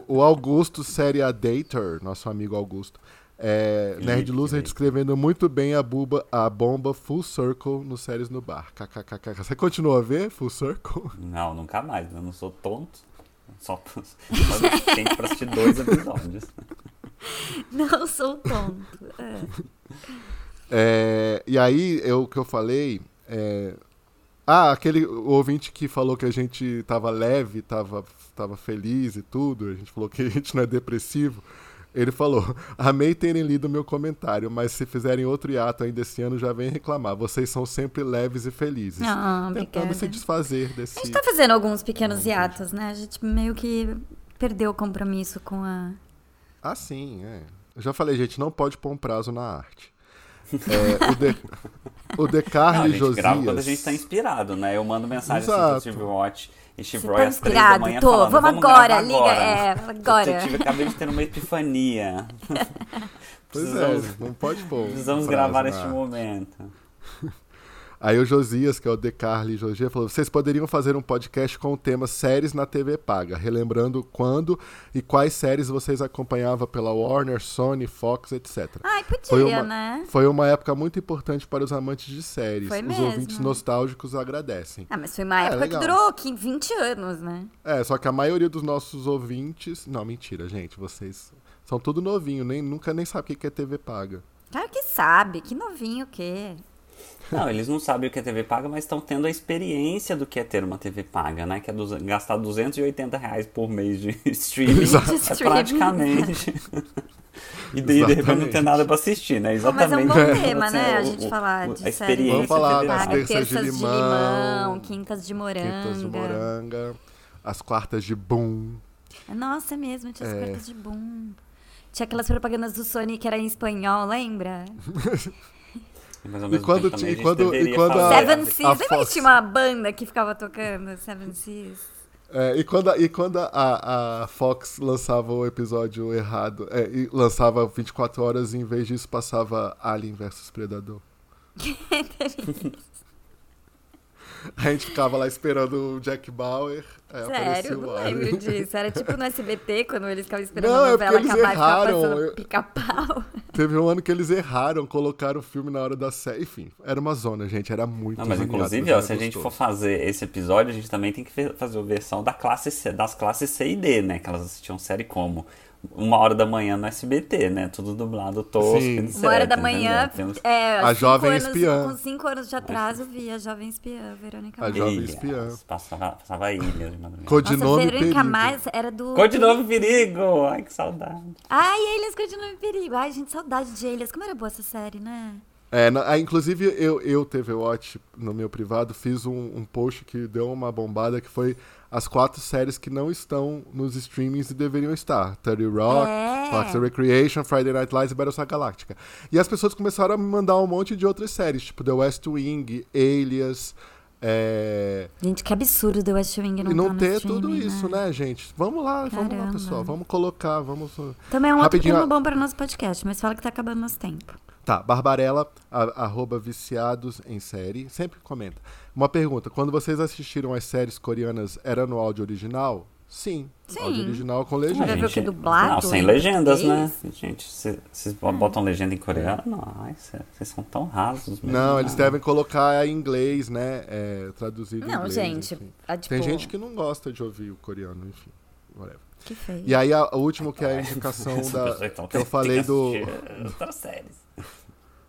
Speaker 1: o, o Augusto Série A Dater, nosso amigo Augusto, é,
Speaker 3: Felipe,
Speaker 1: Nerd Loser
Speaker 3: Felipe.
Speaker 1: descrevendo muito bem a, buba, a bomba Full Circle no Séries no Bar. KKKK. Você continua a ver Full Circle?
Speaker 3: não, nunca mais. Eu não sou tonto. Só, só tem pra assistir dois episódios.
Speaker 2: Não sou tonto. É.
Speaker 1: É, e aí, eu- o que eu falei. é, ah, aquele ouvinte que falou que a gente tava leve, tava, tava feliz e tudo, a gente falou que a gente não é depressivo. Ele falou: Amei terem lido meu comentário, mas se fizerem outro hiato ainda esse ano, já vem reclamar. Vocês são sempre leves e felizes.
Speaker 2: Ah,
Speaker 1: Tentando
Speaker 2: obrigada.
Speaker 1: se desfazer
Speaker 2: A
Speaker 1: desse.
Speaker 2: gente tá fazendo alguns pequenos hiatos, né? A gente meio que perdeu o compromisso com a...
Speaker 1: Ah, sim, é. Eu já falei, gente, não pode pôr um prazo na arte. É, o, de... o
Speaker 3: Não, a
Speaker 1: Decarne
Speaker 3: gente
Speaker 1: Josias.
Speaker 3: grava quando a gente tá inspirado, né? Eu mando mensagem assim
Speaker 1: Exato.
Speaker 3: pro Steve Watch e Steve
Speaker 2: Você
Speaker 3: Roy
Speaker 2: tá
Speaker 3: Tipo, às três da
Speaker 2: inspirado,
Speaker 3: manhã
Speaker 2: tô.
Speaker 3: falando,
Speaker 2: Vamos agora,
Speaker 3: gravar
Speaker 2: liga,
Speaker 3: agora.
Speaker 2: é, agora.
Speaker 3: Eu tive, acabei de ter uma epifania.
Speaker 1: Pois
Speaker 3: precisamos
Speaker 1: é, não pode pôr. um
Speaker 3: precisamos
Speaker 1: prazo
Speaker 3: gravar
Speaker 1: na
Speaker 3: este
Speaker 1: arte.
Speaker 3: momento.
Speaker 1: Aí o Josias, que é o Decarli Josias, falou: vocês poderiam fazer um podcast com o tema séries na TV paga, relembrando quando e quais séries vocês acompanhavam pela Warner, Sony, Fox, etc.
Speaker 2: Ai, podia,
Speaker 1: Foi uma,
Speaker 2: Ah, né?
Speaker 1: foi uma época muito importante para os amantes de séries.
Speaker 2: Foi
Speaker 1: os
Speaker 2: mesmo.
Speaker 1: ouvintes nostálgicos agradecem.
Speaker 2: Ah, mas foi uma
Speaker 1: É,
Speaker 2: época que
Speaker 1: legal.
Speaker 2: durou 15, 20 anos, né?
Speaker 1: É, só que a maioria dos nossos ouvintes. Não, mentira, gente. Vocês são tudo novinho, nem, nunca nem sabe o que que é TV paga.
Speaker 2: Claro que sabe, que novinho o quê?
Speaker 3: Não, eles não sabem o que é TV paga, mas estão tendo a experiência do que é ter uma TV paga, né? Que é duze- gastar 280 reais por mês de streaming.
Speaker 1: Exato.
Speaker 3: É praticamente. e daí, de repente, não
Speaker 1: Exatamente.
Speaker 3: tem nada pra assistir, né?
Speaker 2: Não, mas é
Speaker 3: Exatamente.
Speaker 2: um bom
Speaker 3: Então,
Speaker 2: tema,
Speaker 3: assim,
Speaker 2: né? A
Speaker 3: o-
Speaker 2: gente
Speaker 3: o-
Speaker 2: falar de
Speaker 3: o- a
Speaker 2: séries.
Speaker 3: experiência
Speaker 1: Vamos falar
Speaker 3: TV
Speaker 1: das
Speaker 3: paga.
Speaker 2: Paga,
Speaker 1: terças de limão,
Speaker 2: quintas de
Speaker 1: Quintas de
Speaker 2: moranga.
Speaker 1: moranga, as quartas de boom.
Speaker 2: Nossa, é mesmo, tinha as
Speaker 1: É.
Speaker 2: quintas de boom. Tinha aquelas propagandas do Sony que era em espanhol, lembra?
Speaker 3: Mas, ao
Speaker 1: E
Speaker 3: mesmo
Speaker 1: quando
Speaker 3: tempo,
Speaker 1: ti-
Speaker 3: também, a gente
Speaker 1: e quando- e
Speaker 3: deveria
Speaker 1: quando a-
Speaker 3: falar-
Speaker 2: Seven
Speaker 1: a
Speaker 2: Seas. Lembra
Speaker 1: Fox.
Speaker 2: que tinha uma banda que ficava tocando Seven Seas?
Speaker 1: É, e quando, a- e quando a, a Fox lançava o episódio errado, é, e lançava 24 horas e em vez disso passava Alien versus Predador. A gente ficava lá esperando o Jack Bauer. É,
Speaker 2: Sério, eu não lembro disso. Era tipo no SBT, quando eles ficavam esperando
Speaker 1: Não,
Speaker 2: a
Speaker 1: é porque
Speaker 2: novela
Speaker 1: eles
Speaker 2: acabar e
Speaker 1: erraram.
Speaker 2: ficava passando
Speaker 1: Eu-
Speaker 2: pica-pau.
Speaker 1: Teve um ano que eles erraram, colocaram o filme na hora da série. Enfim, era uma zona, gente. Era muito
Speaker 3: Não, mas
Speaker 1: zoneado,
Speaker 3: inclusive,
Speaker 1: era
Speaker 3: ó, se a gente
Speaker 1: gostoso.
Speaker 3: for fazer esse episódio, a gente também tem que fe- fazer a versão da classe C- das classes C e D, né? Que elas assistiam série como Uma Hora da Manhã no SBT, né? Tudo dublado tosco,
Speaker 1: Sim.
Speaker 3: etc.
Speaker 2: Uma hora da
Speaker 3: entendeu?
Speaker 2: manhã,
Speaker 3: Temos-
Speaker 2: é,
Speaker 1: A
Speaker 2: cinco
Speaker 1: Jovem
Speaker 2: anos,
Speaker 1: Espiã.
Speaker 2: Com cinco anos de atraso, via Jovem Espiã, Verônica
Speaker 1: A
Speaker 2: Mars.
Speaker 1: Jovem
Speaker 3: Ilhas,
Speaker 1: Espiã.
Speaker 3: Passava, passava ilhas de madrugada.
Speaker 1: Codinome
Speaker 2: Nossa, Verônica
Speaker 1: Perigo.
Speaker 2: Mais era do...
Speaker 3: Codinome Perigo! Ai, que saudade.
Speaker 2: Ai, Elias Codinome Perigo. Ai, gente, saudade de Elias. Como era boa essa série, né?
Speaker 1: É, na- ah, inclusive, eu, eu TV Watch, no meu privado, fiz um, um post que deu uma bombada, que foi as quatro séries que não estão nos streamings e deveriam estar. 30 Rock,
Speaker 2: É.
Speaker 1: Parks and Recreation, Friday Night Lights e Battlestar Galactica. E as pessoas começaram a me mandar um monte de outras séries, tipo The West Wing, Alias... É...
Speaker 2: Gente, que absurdo The West Wing não
Speaker 1: E não
Speaker 2: tá no
Speaker 1: ter
Speaker 2: streaming,
Speaker 1: tudo isso, né, gente? Vamos lá, vamos lá,
Speaker 2: Caramba.
Speaker 1: pessoal. Vamos colocar, vamos...
Speaker 2: Também é um outro
Speaker 1: Rapidinho,
Speaker 2: tema
Speaker 1: ó.
Speaker 2: bom para nosso podcast, mas fala que tá acabando nosso tempo.
Speaker 1: Tá, Barbarella, a- arroba viciados em série, sempre comenta. Uma pergunta, quando vocês assistiram as séries coreanas, era no áudio original? Sim,
Speaker 2: Sim.
Speaker 1: áudio original com
Speaker 3: A
Speaker 2: Já
Speaker 1: legenda.
Speaker 2: viu que dublado
Speaker 3: Não, sem
Speaker 2: em
Speaker 3: legendas, né?
Speaker 2: português?
Speaker 3: Gente, se- vocês botam legenda em coreano? Não, ai, cê- vocês são tão rasos mesmo.
Speaker 1: Não, eles
Speaker 3: Ah.
Speaker 1: devem colocar em inglês, né, é, traduzido em
Speaker 2: Não,
Speaker 1: inglês.
Speaker 2: gente,
Speaker 1: enfim.
Speaker 2: é, tipo,
Speaker 1: Tem gente que não gosta de ouvir o coreano, enfim, whatever.
Speaker 2: que feio.
Speaker 1: E aí, a, o último que é a
Speaker 3: Ai,
Speaker 1: indicação
Speaker 3: essa pessoa
Speaker 1: da,
Speaker 3: então
Speaker 1: que eu
Speaker 3: tem
Speaker 1: falei do...
Speaker 3: assistir Outras séries.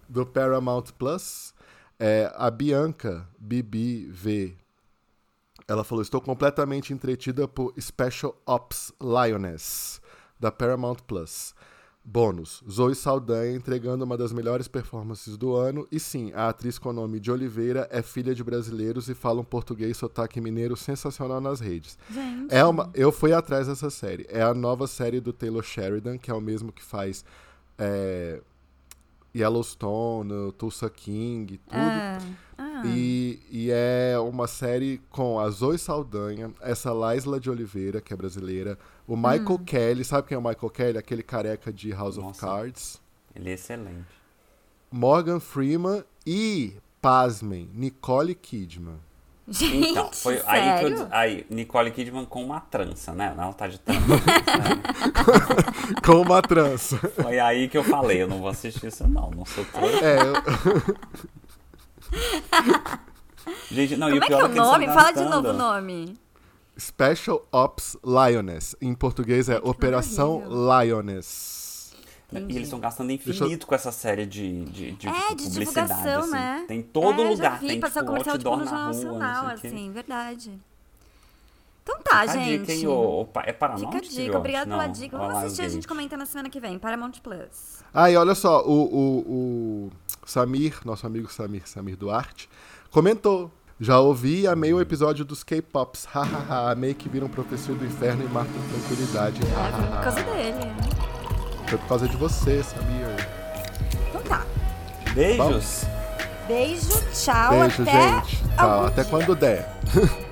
Speaker 1: do Paramount Plus, é, a Bianca Bibi V. Ela falou: Estou completamente entretida por Special Ops Lioness, da Paramount Plus. Bônus: Zoe Saldanha entregando uma das melhores performances do ano. E sim, a atriz com o nome de Oliveira é filha de brasileiros e fala um português sotaque mineiro sensacional nas redes.
Speaker 2: Gente,
Speaker 1: É uma, eu fui atrás dessa série. É a nova série do Taylor Sheridan, que é o mesmo que faz é, Yellowstone, Tulsa King, tudo.
Speaker 2: ah, ah,
Speaker 1: E, e é uma série com a Zoe Saldanha, essa Laisla de Oliveira, que é brasileira, o Michael Kelly, sabe quem é o Michael Kelly? Aquele careca de House of
Speaker 3: Nossa.
Speaker 1: Cards.
Speaker 3: Ele é excelente.
Speaker 1: Morgan Freeman e, pasmem, Nicole Kidman.
Speaker 2: Gente,
Speaker 3: Então, foi aí que eu.
Speaker 2: sério?
Speaker 3: des- Aí, Nicole Kidman com uma trança, né? Ela tá de trança.
Speaker 1: Com uma trança.
Speaker 3: foi aí que eu falei, eu não vou assistir isso, não. Não sou tão.
Speaker 1: É, eu-
Speaker 3: Gente, não, e
Speaker 2: Como
Speaker 3: o
Speaker 2: é que é
Speaker 3: pior
Speaker 2: o
Speaker 3: que eles
Speaker 2: nome?
Speaker 3: estão
Speaker 2: Fala de
Speaker 3: adaptando.
Speaker 2: novo o nome.
Speaker 3: tipo,
Speaker 1: Special Ops Lioness. Em português é Operação Lioness.
Speaker 3: E eles estão gastando
Speaker 1: eu-
Speaker 3: infinito com essa série de, de, de
Speaker 2: É, de
Speaker 3: publicidade.
Speaker 2: divulgação,
Speaker 3: assim.
Speaker 2: né?
Speaker 3: Tem em todo
Speaker 2: é,
Speaker 3: lugar,
Speaker 2: já vi,
Speaker 3: tem tipo,
Speaker 2: passou comercial tipo, no
Speaker 3: outdoor
Speaker 2: Jornal
Speaker 3: na rua,
Speaker 2: Nacional,
Speaker 3: não sei o quê.
Speaker 2: assim, verdade. Então tá,
Speaker 3: Fica a
Speaker 2: gente.
Speaker 3: dica, hein, ô- ô pa- é Paramount
Speaker 2: Fica a
Speaker 3: que
Speaker 2: dica,
Speaker 3: viu?
Speaker 2: obrigado
Speaker 3: Não,
Speaker 2: pela dica. Vamos
Speaker 3: olha lá,
Speaker 2: assistir, a gente
Speaker 3: gente.
Speaker 2: comenta na semana que vem, Paramount Plus.
Speaker 1: Ah, e olha só, o, o- o Samir, nosso amigo Samir, Samir Duarte, comentou. Já ouvi e amei o episódio dos K-Pops. Hahaha, amei que viram Professor do Inferno e Marco com Tranquilidade.
Speaker 2: É, foi por
Speaker 1: Hahaha.
Speaker 2: causa dele. né?
Speaker 1: Foi por causa de você, Samir.
Speaker 2: Então tá.
Speaker 3: Beijos!
Speaker 2: Beijo, tchau,
Speaker 1: Beijo,
Speaker 2: até
Speaker 1: gente.
Speaker 2: algum
Speaker 1: Tchau, até
Speaker 2: dia.
Speaker 1: quando der.